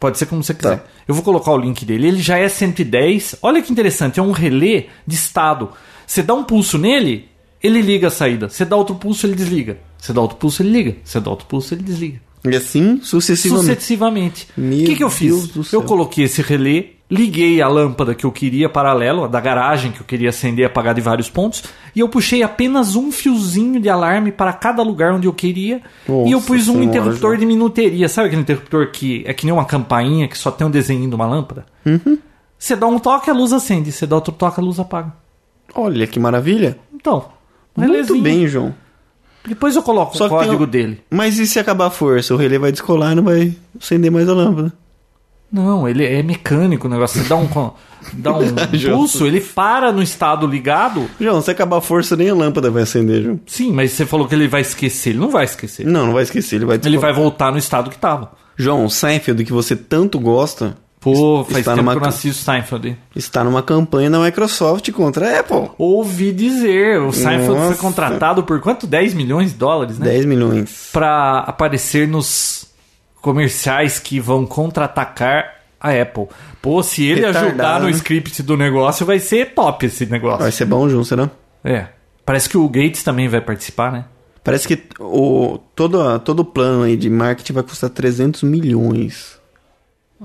Speaker 1: Pode ser como você quiser.
Speaker 2: Tá.
Speaker 1: Eu vou colocar o link dele. Ele já é 110. Olha que interessante, é um relé de estado. Você dá um pulso nele, ele liga a saída. Você dá outro pulso, ele desliga. Você dá outro pulso, ele liga. Você dá outro pulso, ele desliga
Speaker 2: E assim sucessivamente.
Speaker 1: sucessivamente. O
Speaker 2: Meu
Speaker 1: que, que eu
Speaker 2: Deus
Speaker 1: fiz?
Speaker 2: do céu.
Speaker 1: Eu coloquei esse relé, liguei a lâmpada que eu queria paralelo, a da garagem que eu queria acender e apagar de vários pontos, e eu puxei apenas um fiozinho de alarme para cada lugar onde eu queria, e eu
Speaker 2: Nossa
Speaker 1: pus um
Speaker 2: Senhora,
Speaker 1: interruptor
Speaker 2: João.
Speaker 1: de minuteria. Sabe aquele interruptor que é que nem uma campainha que só tem um desenho de uma lâmpada?
Speaker 2: Uhum.
Speaker 1: Você dá um toque, a luz acende. Você dá outro toque, a luz apaga.
Speaker 2: Olha que maravilha.
Speaker 1: Então,
Speaker 2: Muito
Speaker 1: relezinho.
Speaker 2: bem, João.
Speaker 1: Depois eu coloco
Speaker 2: Só
Speaker 1: o
Speaker 2: que tem
Speaker 1: código
Speaker 2: um-
Speaker 1: dele.
Speaker 2: Mas e se acabar a força? O relé vai descolar e não vai acender mais a lâmpada.
Speaker 1: Não, ele é mecânico o negócio. Você dá um,
Speaker 2: <laughs>
Speaker 1: co- dá um
Speaker 2: É Justo.
Speaker 1: pulso, ele para no estado ligado.
Speaker 2: João, se acabar a força, nem a lâmpada vai acender, João.
Speaker 1: Sim, mas você falou que ele vai esquecer. Ele não vai esquecer.
Speaker 2: Não, não vai esquecer, ele vai
Speaker 1: Ele
Speaker 2: descolar.
Speaker 1: vai voltar no estado que tava.
Speaker 2: João, o Seinfeld, que você tanto gosta,
Speaker 1: Pô,
Speaker 2: Está
Speaker 1: faz tempo
Speaker 2: numa
Speaker 1: que eu não
Speaker 2: ca-
Speaker 1: assisto Seinfeld.
Speaker 2: está numa campanha da Microsoft contra a Apple.
Speaker 1: Ouvi dizer, o Seinfeld foi
Speaker 2: Nossa.
Speaker 1: contratado por quanto? 10 milhões de dólares, né?
Speaker 2: 10 milhões.
Speaker 1: Pra aparecer nos comerciais que vão contra-atacar a Apple. Pô, se ele
Speaker 2: Retardado,
Speaker 1: ajudar no
Speaker 2: né?
Speaker 1: script do negócio, vai ser top esse negócio.
Speaker 2: Vai ser bom, João, será?
Speaker 1: É. Parece que o Gates também vai participar, né?
Speaker 2: Parece que o, todo, a- todo o plano aí de marketing vai custar 300 milhões.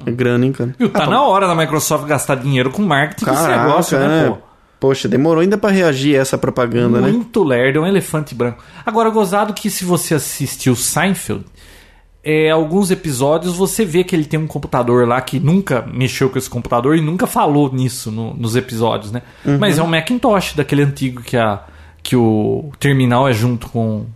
Speaker 2: É grana, hein, cara?
Speaker 1: Viu, tá na hora da Microsoft gastar dinheiro com marketing desse negócio, né, pô?
Speaker 2: é. Poxa, demorou ainda pra reagir a essa propaganda, né?
Speaker 1: Muito lerdo, é um elefante branco. Agora, gozado que se você assistiu Seinfeld, é, alguns episódios você vê que ele tem um computador lá que nunca mexeu com esse computador e nunca falou nisso no- nos episódios, né?
Speaker 2: Uhum.
Speaker 1: Mas é um Macintosh, daquele antigo que, a, que o terminal é junto com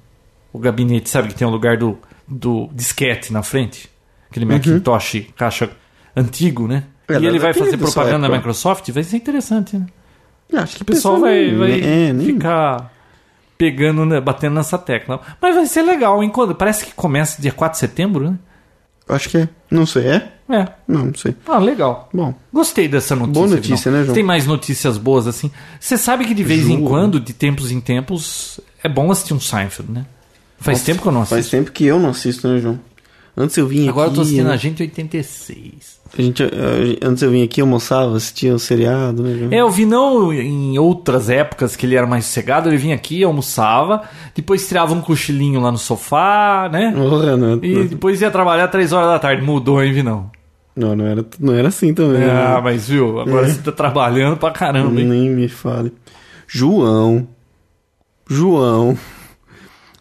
Speaker 1: o gabinete, sabe? Que tem o lugar do, do disquete na frente. Aquele Macintosh caixa antigo, né?
Speaker 2: Uhum. É,
Speaker 1: e ele vai
Speaker 2: daquele
Speaker 1: fazer
Speaker 2: da sua
Speaker 1: propaganda da
Speaker 2: época.
Speaker 1: Microsoft, vai ser interessante, né?
Speaker 2: Acho que
Speaker 1: O pessoal vai, vai
Speaker 2: É, nem-
Speaker 1: ficar pegando, né, batendo nessa tecla. Mas vai ser legal, hein? Quando- Parece que começa dia 4 de setembro, né?
Speaker 2: Acho que é. Não sei, é?
Speaker 1: É.
Speaker 2: Não, não sei.
Speaker 1: Ah, legal.
Speaker 2: Bom,
Speaker 1: Gostei dessa notícia.
Speaker 2: Boa notícia,
Speaker 1: Vinão.
Speaker 2: né, João?
Speaker 1: Tem mais notícias boas assim. Você sabe que de vez em
Speaker 2: Juro.
Speaker 1: quando, de tempos em tempos, é bom assistir um Seinfeld, né? Faz tempo que eu não assisto.
Speaker 2: faz tempo que eu não assisto, né, João? Antes eu vim
Speaker 1: Agora eu
Speaker 2: aqui...
Speaker 1: tô assistindo
Speaker 2: né?
Speaker 1: a gente 86.
Speaker 2: a gente, eh, Antes eu vim aqui, almoçava, assistia o seriado, né, João?
Speaker 1: É, eu vi não em outras épocas que ele era mais sossegado, ele vinha aqui, almoçava, depois tirava um cochilinho lá no sofá, né?
Speaker 2: Porra, não,
Speaker 1: E depois ia trabalhar três horas da tarde. Mudou, hein, Vinão?
Speaker 2: não, não era, não era assim também. né,
Speaker 1: Ah,
Speaker 2: João?
Speaker 1: mas viu, agora
Speaker 2: É.
Speaker 1: você tá trabalhando pra caramba, hein?
Speaker 2: Nem me fale. João. João.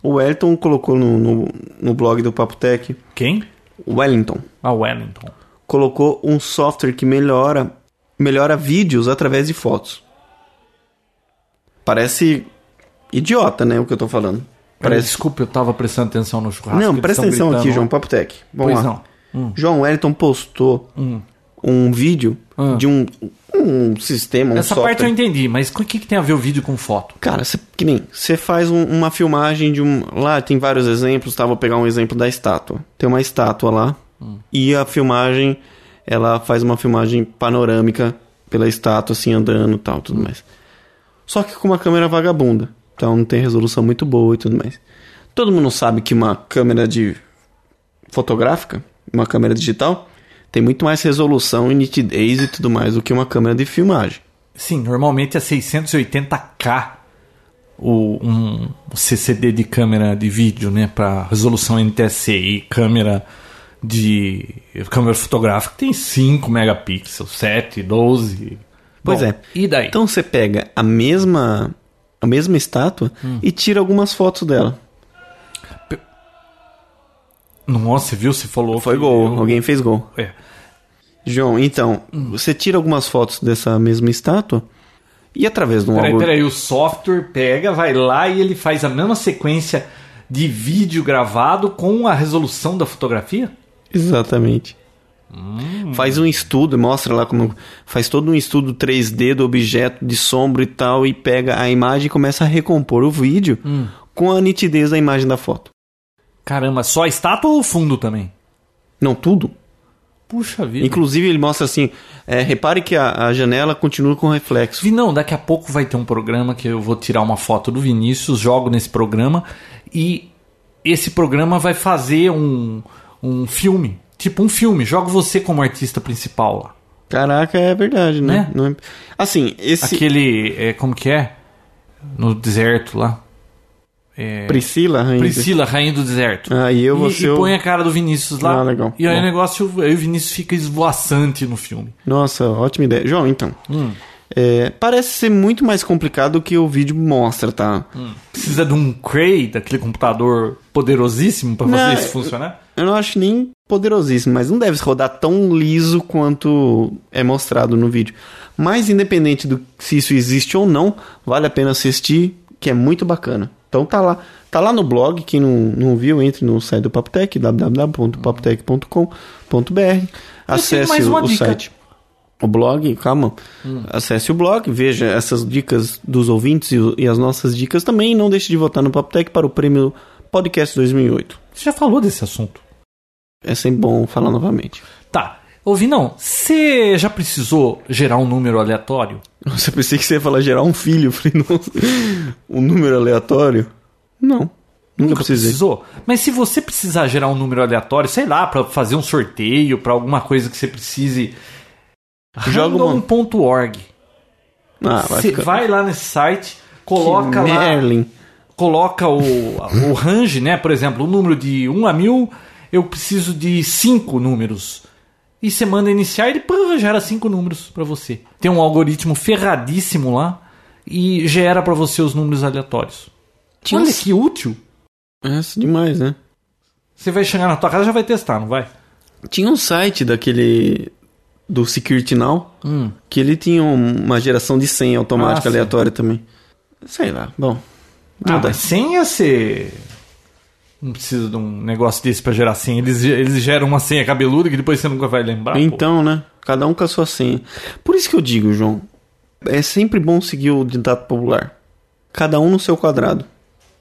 Speaker 2: O Wellington colocou no, no, no blog do Papo Tech.
Speaker 1: Quem?
Speaker 2: o Wellington
Speaker 1: A Wellington.
Speaker 2: colocou um software que melhora, melhora vídeos através de fotos. Parece idiota, né? O que eu tô falando.
Speaker 1: Parece...
Speaker 2: Parece.
Speaker 1: Desculpa, eu tava prestando atenção no churrasco.
Speaker 2: não,
Speaker 1: eles
Speaker 2: presta
Speaker 1: tão
Speaker 2: atenção
Speaker 1: gritando
Speaker 2: aqui,
Speaker 1: lá.
Speaker 2: João. Papo Tech. Vamos
Speaker 1: Pois
Speaker 2: lá.
Speaker 1: não.
Speaker 2: João Wellington postou um vídeo
Speaker 1: Hum.
Speaker 2: de um, um sistema, um
Speaker 1: Essa
Speaker 2: software.
Speaker 1: parte eu entendi, mas o que, que tem a ver o vídeo com foto?
Speaker 2: Cara, cê- que nem você faz um- uma filmagem de um. Lá tem vários exemplos, tá? Vou pegar um exemplo da estátua. Tem uma estátua lá e a filmagem, ela faz uma filmagem panorâmica pela estátua, assim, andando e tal, tudo mais. Só que com uma câmera vagabunda. Então não tem resolução muito boa e tudo mais. Todo mundo sabe que uma câmera de fotográfica, uma câmera digital, tem muito mais resolução e nitidez e tudo mais do que uma câmera de filmagem.
Speaker 1: Sim, normalmente é 680k o, um CCD de câmera de vídeo, né, para resolução NTSC e câmera de câmera fotográfica tem 5 megapixels, 7, 12.
Speaker 2: Pois
Speaker 1: Bom,
Speaker 2: é.
Speaker 1: E daí?
Speaker 2: Então você pega a mesma a mesma estátua
Speaker 1: Hum.
Speaker 2: e tira algumas fotos dela.
Speaker 1: Nossa, viu? Você falou.
Speaker 2: Foi
Speaker 1: que
Speaker 2: gol,
Speaker 1: eu-
Speaker 2: alguém fez gol.
Speaker 1: É.
Speaker 2: João, então,
Speaker 1: Hum.
Speaker 2: você tira algumas fotos dessa mesma estátua e através de um
Speaker 1: Peraí,
Speaker 2: algoritmo.
Speaker 1: peraí, o software pega, vai lá e ele faz a mesma sequência de vídeo gravado com a resolução da fotografia?
Speaker 2: Exatamente.
Speaker 1: Hum.
Speaker 2: Faz um estudo, mostra lá como. Faz todo um estudo 3D do objeto, de sombra e tal, e pega a imagem e começa a recompor o vídeo
Speaker 1: Hum.
Speaker 2: com a nitidez da imagem da foto.
Speaker 1: Caramba, só a estátua ou o fundo também?
Speaker 2: Não tudo.
Speaker 1: Puxa vida.
Speaker 2: Inclusive, ele mostra assim: é, repare que a, a janela continua com reflexo.
Speaker 1: Vinão, daqui a pouco vai ter um programa que eu vou tirar uma foto do Vinícius, jogo nesse programa e esse programa vai fazer um, um filme. Tipo um filme, jogo você como artista principal lá.
Speaker 2: Caraca, é verdade, né?
Speaker 1: Né?
Speaker 2: Não é- Assim, esse
Speaker 1: Aquele. é, como que é? No deserto lá.
Speaker 2: Priscila, ainda.
Speaker 1: É. Priscila, rainha do deserto.
Speaker 2: Ah, e eu vou
Speaker 1: e,
Speaker 2: ser
Speaker 1: e
Speaker 2: o-
Speaker 1: põe a cara do Vinícius lá.
Speaker 2: Ah, legal.
Speaker 1: E aí
Speaker 2: Bom.
Speaker 1: o negócio. Aí o Vinícius fica esvoaçante no filme.
Speaker 2: Nossa, ótima ideia. João, então.
Speaker 1: Hum.
Speaker 2: é, parece ser muito mais complicado do que o vídeo mostra, tá?
Speaker 1: Hum. Precisa de um Cray, daquele computador poderosíssimo pra fazer
Speaker 2: Não,
Speaker 1: isso funcionar?
Speaker 2: Eu não acho nem poderosíssimo, mas não deve rodar tão liso quanto é mostrado no vídeo. Mas independente do se isso existe ou não, vale a pena assistir, que é muito bacana. Então tá lá, tá lá no blog, quem não, não viu, entre no site do Papotec, www.papotec.com.br. Acesse
Speaker 1: mais uma
Speaker 2: o
Speaker 1: dica. Hum.
Speaker 2: site. O blog, calma. Acesse o blog, veja essas dicas dos ouvintes e, o- e as nossas dicas também. Não deixe de votar no Papotec para o prêmio Podcast 2008.
Speaker 1: Você já falou desse assunto.
Speaker 2: É sempre bom falar novamente.
Speaker 1: Tá. Ouvi, não. Você já precisou gerar um número aleatório?
Speaker 2: Nossa, eu pensei que você ia falar gerar um filho. Eu falei, nossa, um número aleatório? Não, nunca, precisei.
Speaker 1: Precisou? Mas se você precisar gerar um número aleatório, sei lá, pra fazer um sorteio, pra alguma coisa que você precise.
Speaker 2: Joga uma-
Speaker 1: Random.org.
Speaker 2: Ah, vai
Speaker 1: Você
Speaker 2: ficar...
Speaker 1: vai lá nesse site,
Speaker 2: Que
Speaker 1: coloca lá.
Speaker 2: Merlin.
Speaker 1: coloca o, o range, né? Por exemplo, o número de 1 a 1000, eu preciso de 5 números. E você manda iniciar e ele pã, gera 5 números pra você. Tem um algoritmo ferradíssimo lá e gera pra você os números aleatórios.
Speaker 2: Tinha
Speaker 1: Olha
Speaker 2: uns-
Speaker 1: que útil.
Speaker 2: Nossa, demais, né?
Speaker 1: Você vai chegar na tua casa e já vai testar, não vai?
Speaker 2: Tinha um site daquele... Do Security Now, que ele tinha um- uma geração de senha automática
Speaker 1: Ah, sim.
Speaker 2: aleatória também. Sei lá, bom.
Speaker 1: Ah,
Speaker 2: Não dá.
Speaker 1: mas senha você. Não precisa de um negócio desse pra gerar senha. Eles, eles geram uma senha cabeluda que depois você nunca vai lembrar. pô.
Speaker 2: Então, né? Cada um com a sua senha. Por isso que eu digo, João, é sempre bom seguir o ditado popular. Cada um no seu quadrado.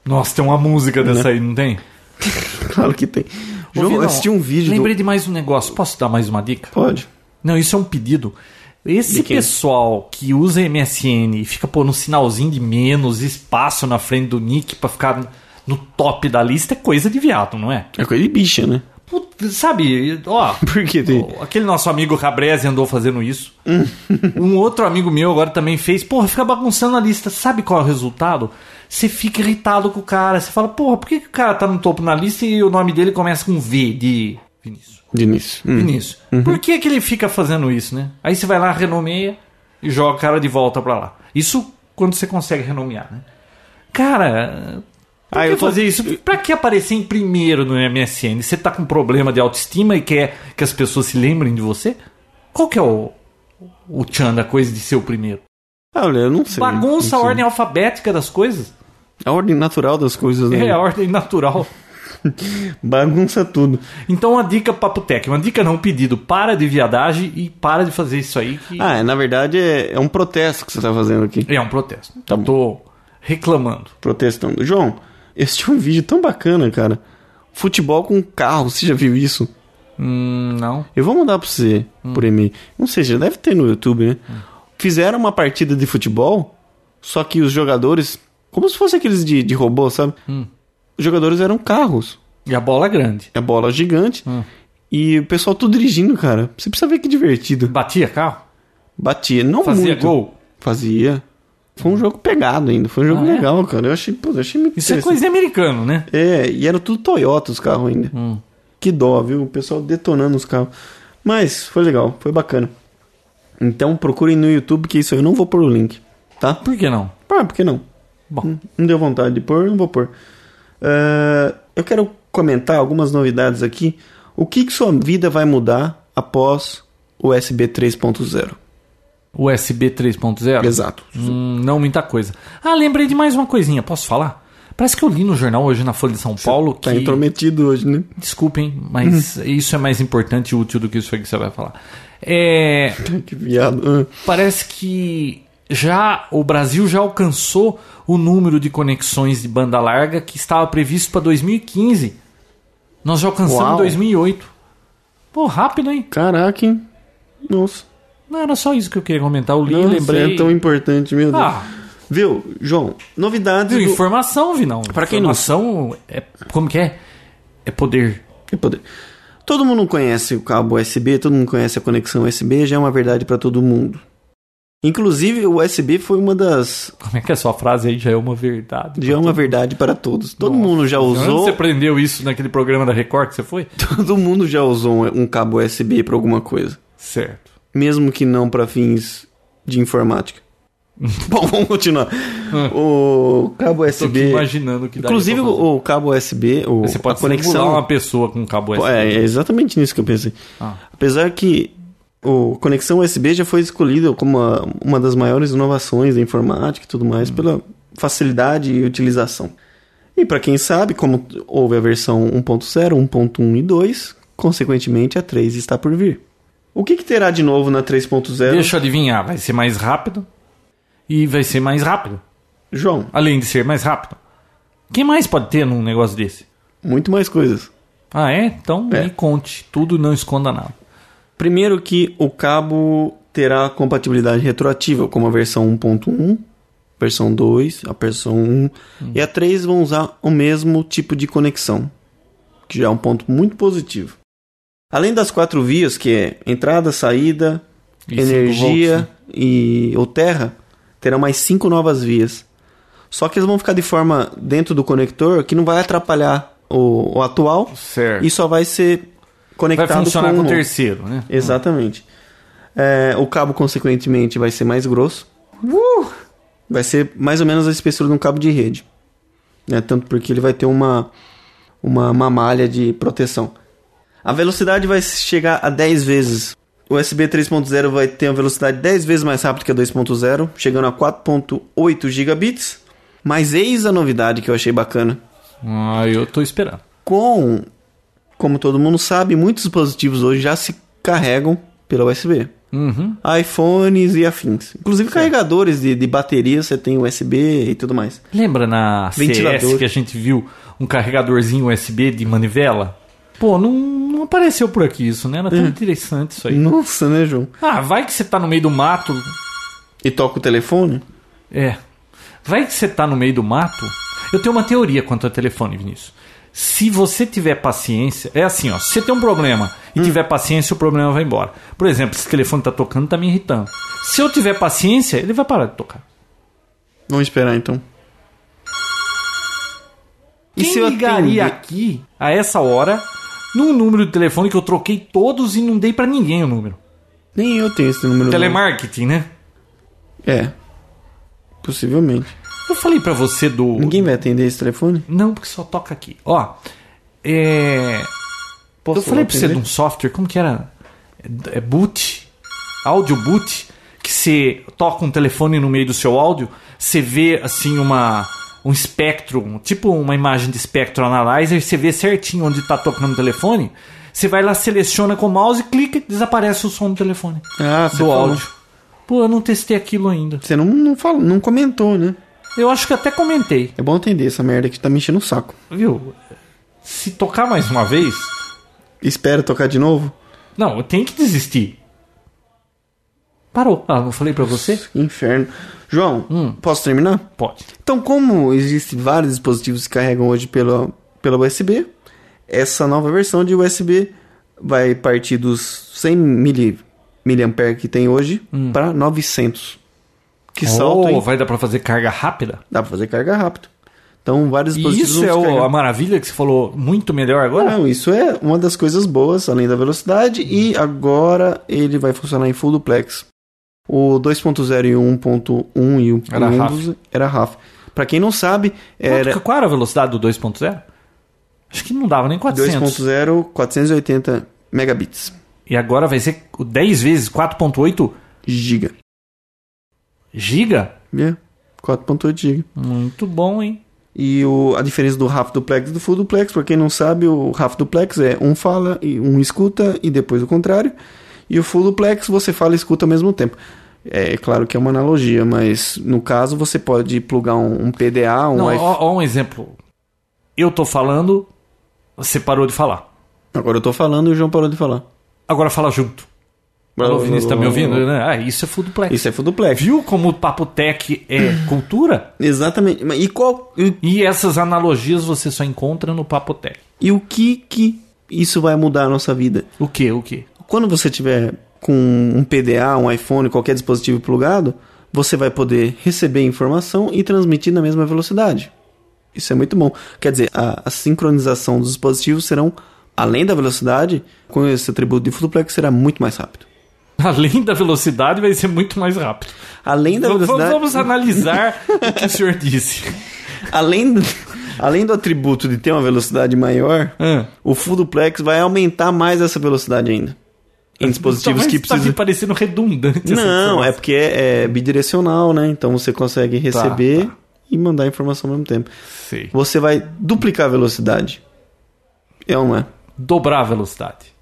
Speaker 1: Nossa, tem uma música dessa aí, não tem?
Speaker 2: <laughs> Claro que tem. João,
Speaker 1: Ouvi,
Speaker 2: eu
Speaker 1: não.
Speaker 2: assisti um vídeo
Speaker 1: Lembrei de mais um negócio. Posso dar mais uma dica?
Speaker 2: do... Pode.
Speaker 1: Não, isso é um pedido. Esse
Speaker 2: De quem?
Speaker 1: pessoal que usa MSN e fica pô, no sinalzinho de menos, espaço na frente do nick pra ficar no top da lista é coisa de viado, não é?
Speaker 2: É coisa de
Speaker 1: <laughs>
Speaker 2: bicha, né?
Speaker 1: Puta, sabe, ó,
Speaker 2: <laughs> Por que tem...
Speaker 1: aquele nosso amigo Cabrese andou fazendo
Speaker 2: <laughs>
Speaker 1: isso. um outro amigo meu agora também fez. Porra, fica bagunçando a lista. Sabe qual é o resultado? Você fica irritado com o cara. Você fala, porra, por que, que o cara tá no topo na lista e o nome dele começa com V de Vinícius?
Speaker 2: De início. Hum.
Speaker 1: Vinícius. Por que, que ele fica fazendo isso, né? Aí você vai lá, renomeia e joga o cara de volta pra lá. Isso quando você consegue renomear, né? Cara. Pra
Speaker 2: Ah,
Speaker 1: que
Speaker 2: eu tô-
Speaker 1: fazer isso? Pra que aparecer em primeiro no MSN? Você tá com problema de autoestima e quer que as pessoas se lembrem de você? Qual que é o, o tchan da coisa de ser o primeiro?
Speaker 2: Ah, Olha, eu não sei.
Speaker 1: Bagunça a
Speaker 2: não sei.
Speaker 1: ordem alfabética das coisas?
Speaker 2: A ordem natural das coisas, né?
Speaker 1: É a ordem natural.
Speaker 2: Bagunça tudo.
Speaker 1: Então, uma dica papotec, uma dica não, um pedido. Para de viadagem e para de fazer isso aí que
Speaker 2: Ah, é, na verdade é, é um protesto que você tá fazendo aqui.
Speaker 1: É um protesto.
Speaker 2: Tá bom.
Speaker 1: Tô reclamando.
Speaker 2: Protestando. João, eu assisti um vídeo tão bacana, cara. Futebol com carro, você já viu isso?
Speaker 1: Hum, não.
Speaker 2: Eu vou mandar pra você
Speaker 1: Hum.
Speaker 2: por e-mail. Não sei, já deve ter no YouTube, né? Fizeram uma partida de futebol, só
Speaker 1: Hum.
Speaker 2: que os jogadores, como se fosse aqueles de, de robô, sabe? Os jogadores eram carros.
Speaker 1: E a bola grande.
Speaker 2: É bola gigante.
Speaker 1: Hum.
Speaker 2: E o pessoal tudo dirigindo, cara. Você precisa ver que divertido.
Speaker 1: Batia carro?
Speaker 2: Batia, não
Speaker 1: Fazia
Speaker 2: muito.
Speaker 1: gol? Hum.
Speaker 2: Fazia. Foi um jogo pegado ainda. Foi um jogo
Speaker 1: Ah, é?
Speaker 2: legal, cara. Eu achei, pô, eu achei muito
Speaker 1: Isso é
Speaker 2: interessante.
Speaker 1: coisa de americano, né?
Speaker 2: É, e era tudo Toyota os carros ainda.
Speaker 1: Hum.
Speaker 2: Que dó, viu? O pessoal detonando os carros. Mas foi legal, foi bacana. Então procurem no YouTube que isso aí eu não vou pôr o link, tá?
Speaker 1: Por que não?
Speaker 2: Ah, por que não?
Speaker 1: Bom,
Speaker 2: Não- Não deu vontade de pôr, não vou pôr. Ah, eu quero comentar algumas novidades aqui. O que, que sua vida vai mudar após o USB 3.0?
Speaker 1: USB 3.0?
Speaker 2: Exato.
Speaker 1: Hum, não muita coisa. Ah, lembrei de mais uma coisinha, posso falar? Parece que eu li no jornal hoje na Folha de São Paulo
Speaker 2: Tá Hum.
Speaker 1: que.
Speaker 2: intrometido hoje, né? <laughs>
Speaker 1: Desculpem, mas isso é mais importante e útil do que isso aí que você vai falar. É,
Speaker 2: Que viado. Ah.
Speaker 1: parece que já o Brasil já alcançou o número de conexões de banda larga que estava previsto para 2015. Nós já alcançamos
Speaker 2: Uau.
Speaker 1: em 2008. Pô, rápido, hein?
Speaker 2: Caraca, hein? Nossa.
Speaker 1: Não era só isso que eu queria comentar. Eu li e
Speaker 2: Nossa,
Speaker 1: lembrei.
Speaker 2: é tão importante, meu Deus.
Speaker 1: Ah,
Speaker 2: Viu, João? Novidades
Speaker 1: viu?
Speaker 2: do...
Speaker 1: Informação, Vinão.
Speaker 2: Pra quem não-
Speaker 1: Informação é. Como que é? É poder.
Speaker 2: Que poder. Todo mundo conhece o cabo USB, todo mundo conhece a conexão USB, já é uma verdade pra todo mundo. Inclusive, o USB foi uma das.
Speaker 1: Como é que é a sua frase aí? Já é uma verdade.
Speaker 2: Já é uma verdade para todos. Todo mundo já
Speaker 1: Onde
Speaker 2: <laughs> usou.
Speaker 1: você aprendeu isso naquele programa da Record que você
Speaker 2: <laughs>
Speaker 1: foi?
Speaker 2: Todo mundo já usou um cabo USB pra alguma coisa.
Speaker 1: Certo.
Speaker 2: Mesmo que não pra fins de informática. <laughs> Bom, vamos continuar. O cabo
Speaker 1: Ah. Tô aqui
Speaker 2: USB.
Speaker 1: imaginando o que daria
Speaker 2: Inclusive,
Speaker 1: pra fazer.
Speaker 2: o cabo USB, o,
Speaker 1: Você pode
Speaker 2: Tipo, a
Speaker 1: conectar
Speaker 2: conexão.
Speaker 1: uma pessoa com um cabo USB.
Speaker 2: É, é exatamente nisso que eu pensei.
Speaker 1: Ah.
Speaker 2: Apesar que o conexão USB já foi escolhido como a- uma das maiores inovações da informática e tudo
Speaker 1: Hum.
Speaker 2: mais pela facilidade e utilização. E para quem sabe, como houve a versão 1.0, 1.1 e 2, consequentemente a 3 está por vir. O que, que terá de novo na 3.0?
Speaker 1: Deixa eu adivinhar, vai ser mais rápido e vai ser mais rápido.
Speaker 2: João,
Speaker 1: Além de ser mais rápido. Quem mais pode ter num negócio desse?
Speaker 2: muito mais coisas.
Speaker 1: Ah, é? Então
Speaker 2: É.
Speaker 1: me conte tudo e não esconda nada.
Speaker 2: Primeiro que o cabo terá compatibilidade retroativa, como a versão 1.1, versão 2, a versão 1 e a 3 vão usar o mesmo tipo de conexão, que já é um ponto muito positivo. Além das quatro vias, que é entrada, saída,
Speaker 1: E
Speaker 2: energia
Speaker 1: cinco volts, né?
Speaker 2: e ou terra, terão mais cinco novas vias. Só que eles vão ficar de forma dentro do conector que não vai atrapalhar o, o atual
Speaker 1: Certo.
Speaker 2: e só vai ser
Speaker 1: vai
Speaker 2: conectado
Speaker 1: funcionar com
Speaker 2: o
Speaker 1: o
Speaker 2: novo.
Speaker 1: terceiro, né?
Speaker 2: Exatamente. É, o cabo, consequentemente, vai ser mais grosso. Uh! Vai ser mais ou menos a espessura de um cabo de rede. Né? Tanto porque ele vai ter uma, uma, uma malha de proteção. A velocidade vai chegar a 10 vezes. O USB 3.0 vai ter uma velocidade 10 vezes mais rápida que a 2.0, chegando a 4.8 gigabits. Mas eis a novidade que eu achei bacana
Speaker 1: Ah, eu tô esperando.
Speaker 2: com, como todo mundo sabe, muitos dispositivos hoje já se carregam pela USB.
Speaker 1: Uhum.
Speaker 2: iPhones e afins. Inclusive carregadores de, de bateria, você tem USB e tudo mais.
Speaker 1: Lembra na
Speaker 2: Ventilador.
Speaker 1: CS que a gente viu um carregadorzinho USB de manivela? Pô, não, não apareceu por aqui isso, né? Era
Speaker 2: É.
Speaker 1: tão interessante isso aí.
Speaker 2: Nossa, né, João?
Speaker 1: Ah, vai que você tá no meio do mato.
Speaker 2: E toca o telefone?
Speaker 1: É. Vai que você tá no meio do mato. Eu tenho uma teoria quanto ao telefone, Vinícius. Se você tiver paciência, é assim, ó. Se você tem um problema
Speaker 2: Hum.
Speaker 1: e tiver paciência, o problema vai embora. Por exemplo, esse telefone tá tocando, tá me irritando. Se eu tiver paciência, ele vai parar de tocar.
Speaker 2: Vamos esperar então. E
Speaker 1: Quem
Speaker 2: se eu
Speaker 1: ligaria
Speaker 2: atender?
Speaker 1: aqui a essa hora num número de telefone que eu troquei todos e não dei pra ninguém o número?
Speaker 2: Nem eu tenho esse número.
Speaker 1: Telemarketing, né?
Speaker 2: É. Possivelmente.
Speaker 1: Eu falei pra você do
Speaker 2: Ninguém vai atender esse telefone?
Speaker 1: Não, porque só toca aqui. Ó, é...
Speaker 2: Posso
Speaker 1: eu falei pra você
Speaker 2: atender?
Speaker 1: de um software, como que era? É é boot? Áudio boot? Que você toca um telefone no meio do seu áudio, você vê assim uma um espectro, um- tipo uma imagem de espectro analyzer, você vê certinho onde tá tocando o telefone, você vai lá, seleciona com o mouse, clica e desaparece o som do telefone.
Speaker 2: Ah,
Speaker 1: do áudio. Pô, eu não testei aquilo ainda.
Speaker 2: Você não, não, falou, não comentou, né?
Speaker 1: Eu acho que até comentei.
Speaker 2: É bom atender essa merda que tá me enchendo o saco.
Speaker 1: Viu? Se tocar mais uma vez,
Speaker 2: Espera tocar de novo?
Speaker 1: não, eu tenho que desistir. Parou. Ah, não falei pra você? Hum.
Speaker 2: Que Inferno. João, posso terminar?
Speaker 1: Pode.
Speaker 2: Então, como existem vários dispositivos que carregam hoje pela, pela USB, Essa nova versão de USB vai partir dos 100 mili, miliampere que tem hoje para 900. Que salto,
Speaker 1: Hum. oh,
Speaker 2: hein?
Speaker 1: vai dar pra fazer carga rápida?
Speaker 2: Dá pra fazer carga rápido. Então, vários
Speaker 1: E
Speaker 2: dispositivos
Speaker 1: isso
Speaker 2: vão
Speaker 1: é o-
Speaker 2: descarregar.
Speaker 1: a maravilha que você falou muito melhor agora?
Speaker 2: Não, isso é uma das coisas boas, além da velocidade, e agora ele vai funcionar em full duplex. O 2.0 e o 1.1 e o
Speaker 1: Era half.
Speaker 2: 1.12 era RAF. Pra quem não sabe,
Speaker 1: Quanto- é
Speaker 2: era
Speaker 1: qual era a velocidade do 2.0? Acho que não dava nem 400.
Speaker 2: 2.0 480 megabits.
Speaker 1: E agora vai ser o 10 vezes 4.8
Speaker 2: Giga.
Speaker 1: giga?
Speaker 2: né? 4.8 giga.
Speaker 1: Muito bom, hein?
Speaker 2: E o- a diferença do half duplex e do full duplex, pra quem não sabe, o half duplex é um fala e um escuta e depois o contrário. E o full duplex você fala e escuta ao mesmo tempo. É claro que é uma analogia, mas no caso você pode plugar um, um PDA, um
Speaker 1: Não,
Speaker 2: Wi-Fi.
Speaker 1: ó, ó um exemplo. Eu tô falando, você parou de falar.
Speaker 2: Agora eu tô falando e o João parou de falar.
Speaker 1: Agora fala junto. Alô, Vinícius, tá me ouvindo? né? Ah, isso é full duplex.
Speaker 2: Isso é full duplex.
Speaker 1: Viu como o Papo Tech é
Speaker 2: <clears throat>
Speaker 1: cultura?
Speaker 2: Exatamente. Mas E qual e,
Speaker 1: E essas analogias você só encontra no Papo Tech.
Speaker 2: e o que que isso vai mudar a nossa vida?
Speaker 1: O que, o que?
Speaker 2: Quando você tiver com um PDA, um iPhone, qualquer dispositivo plugado, você vai poder receber informação e transmitir na mesma velocidade. Isso é muito bom. Quer dizer, a, a sincronização dos dispositivos serão, além da velocidade, com esse atributo de full duplex será muito mais rápido.
Speaker 1: Além da velocidade, vai ser muito mais rápido.
Speaker 2: Além da
Speaker 1: Vamos,
Speaker 2: velocidade,
Speaker 1: vamos analisar o que o senhor disse.
Speaker 2: <laughs> além, do- além do atributo de ter uma velocidade maior,
Speaker 1: Ah.
Speaker 2: o full duplex vai aumentar mais essa velocidade ainda. Em dispositivos
Speaker 1: Talvez
Speaker 2: que
Speaker 1: tá me
Speaker 2: precisam
Speaker 1: parecendo redundante. essa
Speaker 2: Não, é
Speaker 1: informação.
Speaker 2: porque é, é bidirecional, né? Então você
Speaker 1: Tá,
Speaker 2: consegue receber e mandar informação ao mesmo tempo.
Speaker 1: Sei.
Speaker 2: Você vai duplicar a velocidade. É ou não é?
Speaker 1: Dobrar a velocidade.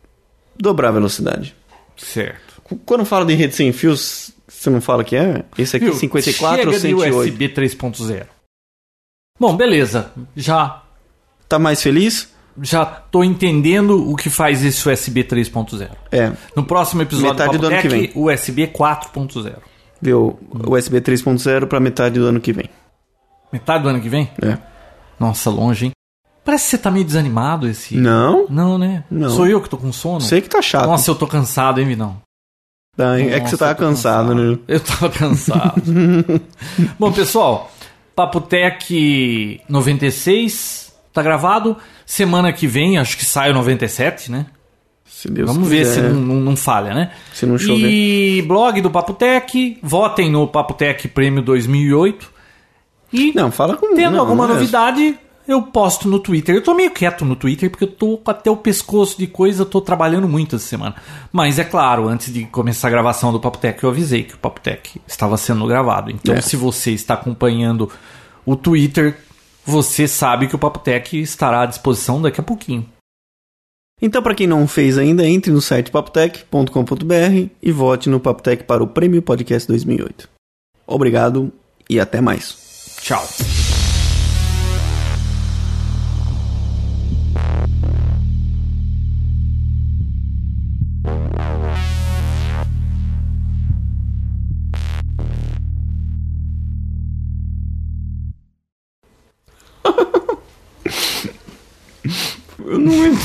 Speaker 2: Dobrar a velocidade.
Speaker 1: Certo.
Speaker 2: Qu- Quando fala de rede sem fios, você não fala que é? Esse aqui é
Speaker 1: Viu?
Speaker 2: 54
Speaker 1: Chega
Speaker 2: ou
Speaker 1: de
Speaker 2: 108?
Speaker 1: USB 3.0. Bom, beleza. Já,
Speaker 2: Tá mais feliz?
Speaker 1: já tô entendendo o que faz esse USB 3.0.
Speaker 2: É.
Speaker 1: No próximo episódio
Speaker 2: Metade
Speaker 1: do
Speaker 2: do ano
Speaker 1: Papo
Speaker 2: que
Speaker 1: Tech, USB 4.0.
Speaker 2: Viu?
Speaker 1: Hum.
Speaker 2: USB 3.0 pra metade do ano que vem.
Speaker 1: Metade do ano que vem?
Speaker 2: É.
Speaker 1: Nossa, longe, hein? Parece que você tá meio desanimado esse...
Speaker 2: Não?
Speaker 1: Não, né?
Speaker 2: Não.
Speaker 1: Sou eu que tô com sono?
Speaker 2: Sei que tá chato.
Speaker 1: Nossa, eu tô cansado, hein, Vinão?
Speaker 2: Tá, é que
Speaker 1: Nossa,
Speaker 2: você
Speaker 1: eu
Speaker 2: tá
Speaker 1: tô
Speaker 2: cansado, né?
Speaker 1: Eu tava
Speaker 2: <laughs>
Speaker 1: cansado. Bom, pessoal, Papotec 96 tá gravado. Semana que vem, acho que sai o 97, né?
Speaker 2: Se Deus
Speaker 1: Vamos ver se
Speaker 2: quiser.
Speaker 1: não, não- não falha, né?
Speaker 2: Se não chover.
Speaker 1: E blog do Papotec, votem no Papotec Prêmio 2008. E
Speaker 2: Não, fala com
Speaker 1: tendo
Speaker 2: não,
Speaker 1: alguma
Speaker 2: não é.
Speaker 1: novidade, eu posto no Twitter. Eu tô meio quieto no Twitter porque eu tô com até o pescoço de coisa, eu tô trabalhando muito essa semana. Mas é claro, antes de começar a gravação do Papo Tech, eu avisei que o Papo Tech estava sendo gravado. Então,
Speaker 2: É.
Speaker 1: se você está acompanhando o Twitter, você sabe que o Papo Tech estará à disposição daqui a pouquinho.
Speaker 2: Então, para quem não fez ainda, entre no site papotec.com.br e vote no Papotec para o Prêmio Podcast 2008. Obrigado e até mais.
Speaker 1: Tchau.
Speaker 2: Eu não lembro.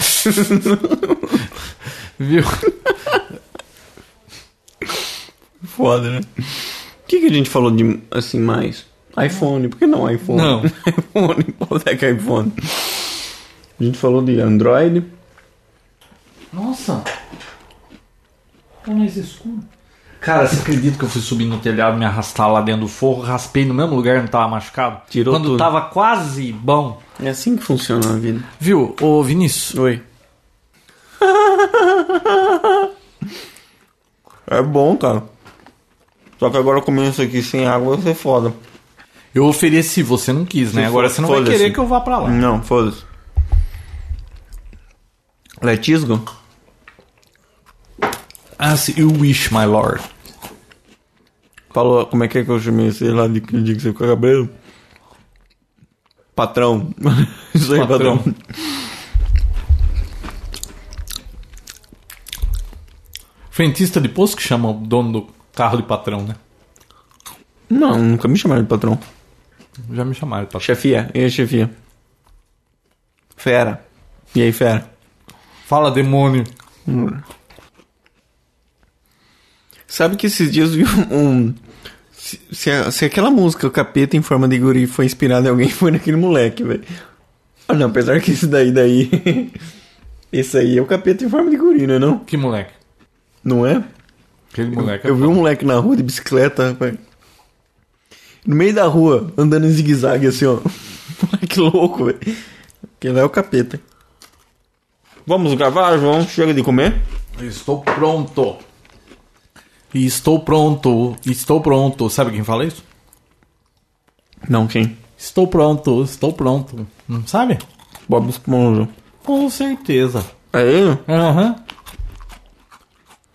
Speaker 1: <laughs> Viu?
Speaker 2: Foda, né? O que, que a gente falou de, assim, mais? iPhone. Por que não iPhone?
Speaker 1: Não.
Speaker 2: <laughs> iPhone. Papotec iPhone. A gente falou de Android.
Speaker 1: Nossa! Tá mais escuro. Cara, você acredita que eu fui subir no telhado, me arrastar lá dentro do forro, raspei no mesmo lugar, não tava machucado?
Speaker 2: Tirou
Speaker 1: Quando
Speaker 2: tudo.
Speaker 1: tava quase bom.
Speaker 2: É assim que funciona a vida.
Speaker 1: Viu, ô Vinícius?
Speaker 2: Oi. <laughs> É bom, cara. Só que agora comendo isso aqui sem água vai ser foda.
Speaker 1: Eu ofereci, você não quis, né?
Speaker 2: Se
Speaker 1: Agora
Speaker 2: for-
Speaker 1: você não vai
Speaker 2: foda-se.
Speaker 1: querer que eu vá pra lá.
Speaker 2: Não, foda-se. Letisgo?
Speaker 1: As Ah, you wish, my lord.
Speaker 2: Falou, como é que é que eu chamei você lá de que dia que você ficou com cabelo? Patrão. <laughs> Isso aí, patrão.
Speaker 1: Patrão. Frentista de posto que chama o dono do carro de patrão, né?
Speaker 2: Não, nunca me chamaram de patrão.
Speaker 1: Já me chamaram de patrão.
Speaker 2: Chefia, e a chefia? Fera. E aí, fera?
Speaker 1: Fala, demônio.
Speaker 2: Sabe que esses dias eu vi um. Se, se a- se aquela música, o capeta em forma de guri, foi inspirada em alguém, <laughs> foi naquele moleque, velho. Ah, não, apesar que esse daí, daí. <laughs> esse aí é o capeta em forma de guri, né? Não,
Speaker 1: Que moleque.
Speaker 2: não é?
Speaker 1: Aquele moleque. é
Speaker 2: Eu vi um moleque na rua de bicicleta, rapaz. No meio da rua, andando em zigue-zague, assim, ó. <laughs> que louco, velho. Aquele lá é o capeta. Vamos gravar, João? Chega de comer?
Speaker 1: Estou pronto. Estou pronto. Estou pronto. Sabe quem fala isso?
Speaker 2: Não, quem?
Speaker 1: Estou pronto. Estou pronto. Não sabe?
Speaker 2: Bob Esponja.
Speaker 1: Com certeza.
Speaker 2: Aí?
Speaker 1: Aham.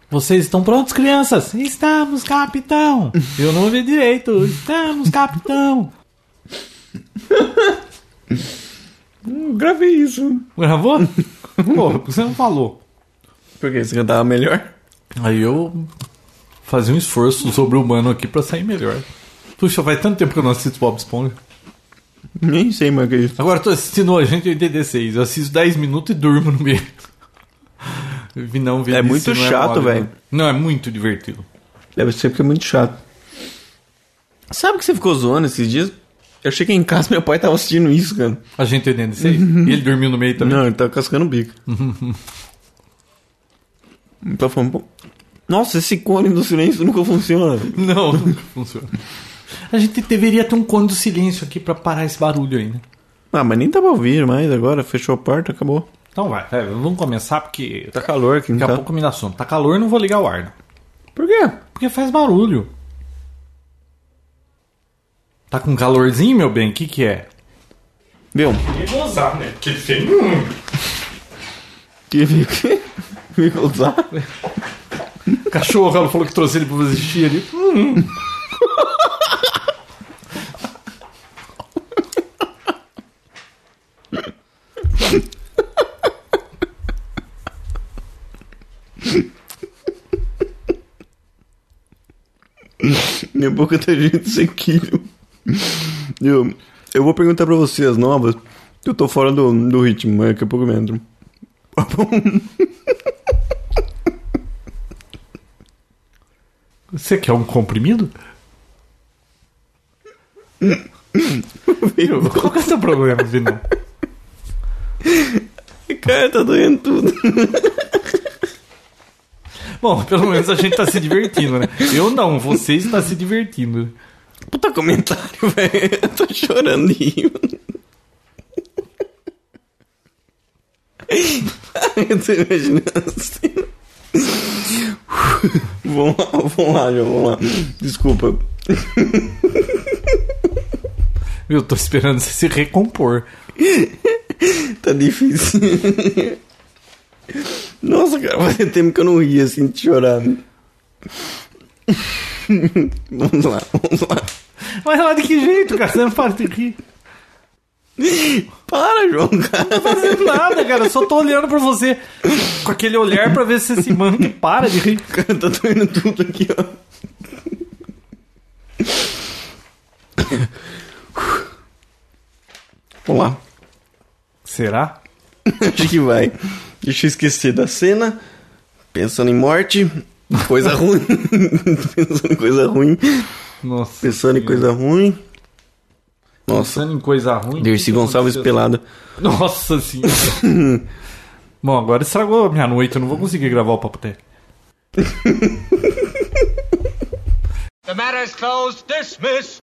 Speaker 1: Vocês estão prontos, crianças? Estamos, capitão. Eu não ouvi direito. Estamos, capitão.
Speaker 2: Gravei isso.
Speaker 1: Gravou? Pô, por que você não falou.
Speaker 2: Porque você cantava melhor?
Speaker 1: Aí eu fazia um esforço sobre-humano aqui pra sair melhor. Puxa, faz tanto tempo que eu não assisto Bob Esponja.
Speaker 2: Nem sei mais o que é isso.
Speaker 1: Agora eu tô assistindo a gente 86. Eu assisto 10 minutos e durmo no meio. Vi não, vi
Speaker 2: É
Speaker 1: disse,
Speaker 2: muito
Speaker 1: não
Speaker 2: chato,
Speaker 1: mole,
Speaker 2: velho.
Speaker 1: não. Não, é muito divertido.
Speaker 2: Deve ser porque é muito chato. Sabe que você ficou zoando esses dias? Eu cheguei em casa meu pai tava assistindo isso, cara.
Speaker 1: A gente 86.
Speaker 2: Uhum.
Speaker 1: e ele dormiu no meio também.
Speaker 2: Não, ele tava cascando o bico. ele tava falando, pô, nossa, esse cone do silêncio nunca funciona.
Speaker 1: Não, <laughs> não funciona. A gente deveria ter um cone do silêncio aqui pra parar esse barulho aí, né?
Speaker 2: Ah, mas nem tava ouvindo mais agora, fechou a porta, acabou.
Speaker 1: Então vai, vai, vamos começar porque
Speaker 2: Tá calor aqui,
Speaker 1: daqui
Speaker 2: não
Speaker 1: a
Speaker 2: tá?
Speaker 1: pouco me dá sono. Tá calor, não vou ligar o ar. né?
Speaker 2: Por quê?
Speaker 1: Porque faz barulho. Tá com calorzinho, meu bem? O que que é?
Speaker 2: Viu?
Speaker 1: Gozar, né? Que tem
Speaker 2: Que fica... Fica usar.
Speaker 1: cachorro, ela falou que trouxe ele pra fazer xixi ali.
Speaker 2: Minha boca tá gente sem quilo. Eu, eu vou perguntar pra você as novas. que Eu tô fora do, do ritmo, mas daqui a pouco eu entro.
Speaker 1: Você quer um comprimido?
Speaker 2: Meu,
Speaker 1: Qual que é o seu problema, Vinão?
Speaker 2: cara, tá doendo tudo.
Speaker 1: Bom, pelo menos a gente tá se divertindo, né? Eu não, você está se divertindo.
Speaker 2: Puta comentário, velho. Eu tô chorando. Eu tô imaginando assim. Vamos lá, vamos lá, João, vamos lá. Desculpa.
Speaker 1: Eu tô esperando você se recompor.
Speaker 2: Tá difícil. <laughs> Nossa, cara, fazia tempo que eu não ria assim de chorar. <laughs> Vamos lá, vamos lá.
Speaker 1: Mas lá de que jeito, cara? Você não para de rir.
Speaker 2: Para, João, cara. <laughs>
Speaker 1: Não tô fazendo nada, cara. Eu só tô olhando pra você com aquele olhar pra ver se você se manca e para de rir.
Speaker 2: Cara, tá doendo tudo aqui, ó. Vamos lá.
Speaker 1: Será?
Speaker 2: Acho que vai. Deixa eu esquecer da cena. Pensando em morte. Coisa ruim. <laughs> Pensando em coisa ruim.
Speaker 1: Nossa.
Speaker 2: Pensando em coisa ruim. Nossa,
Speaker 1: Pensando em coisa ruim.
Speaker 2: Dercy
Speaker 1: O que
Speaker 2: Gonçalves
Speaker 1: aconteceu?
Speaker 2: pelado.
Speaker 1: Nossa
Speaker 2: <laughs>
Speaker 1: senhora. Bom, agora estragou a minha noite. Eu não vou conseguir gravar o Papo Tech.
Speaker 3: The matter is closed. Dismiss.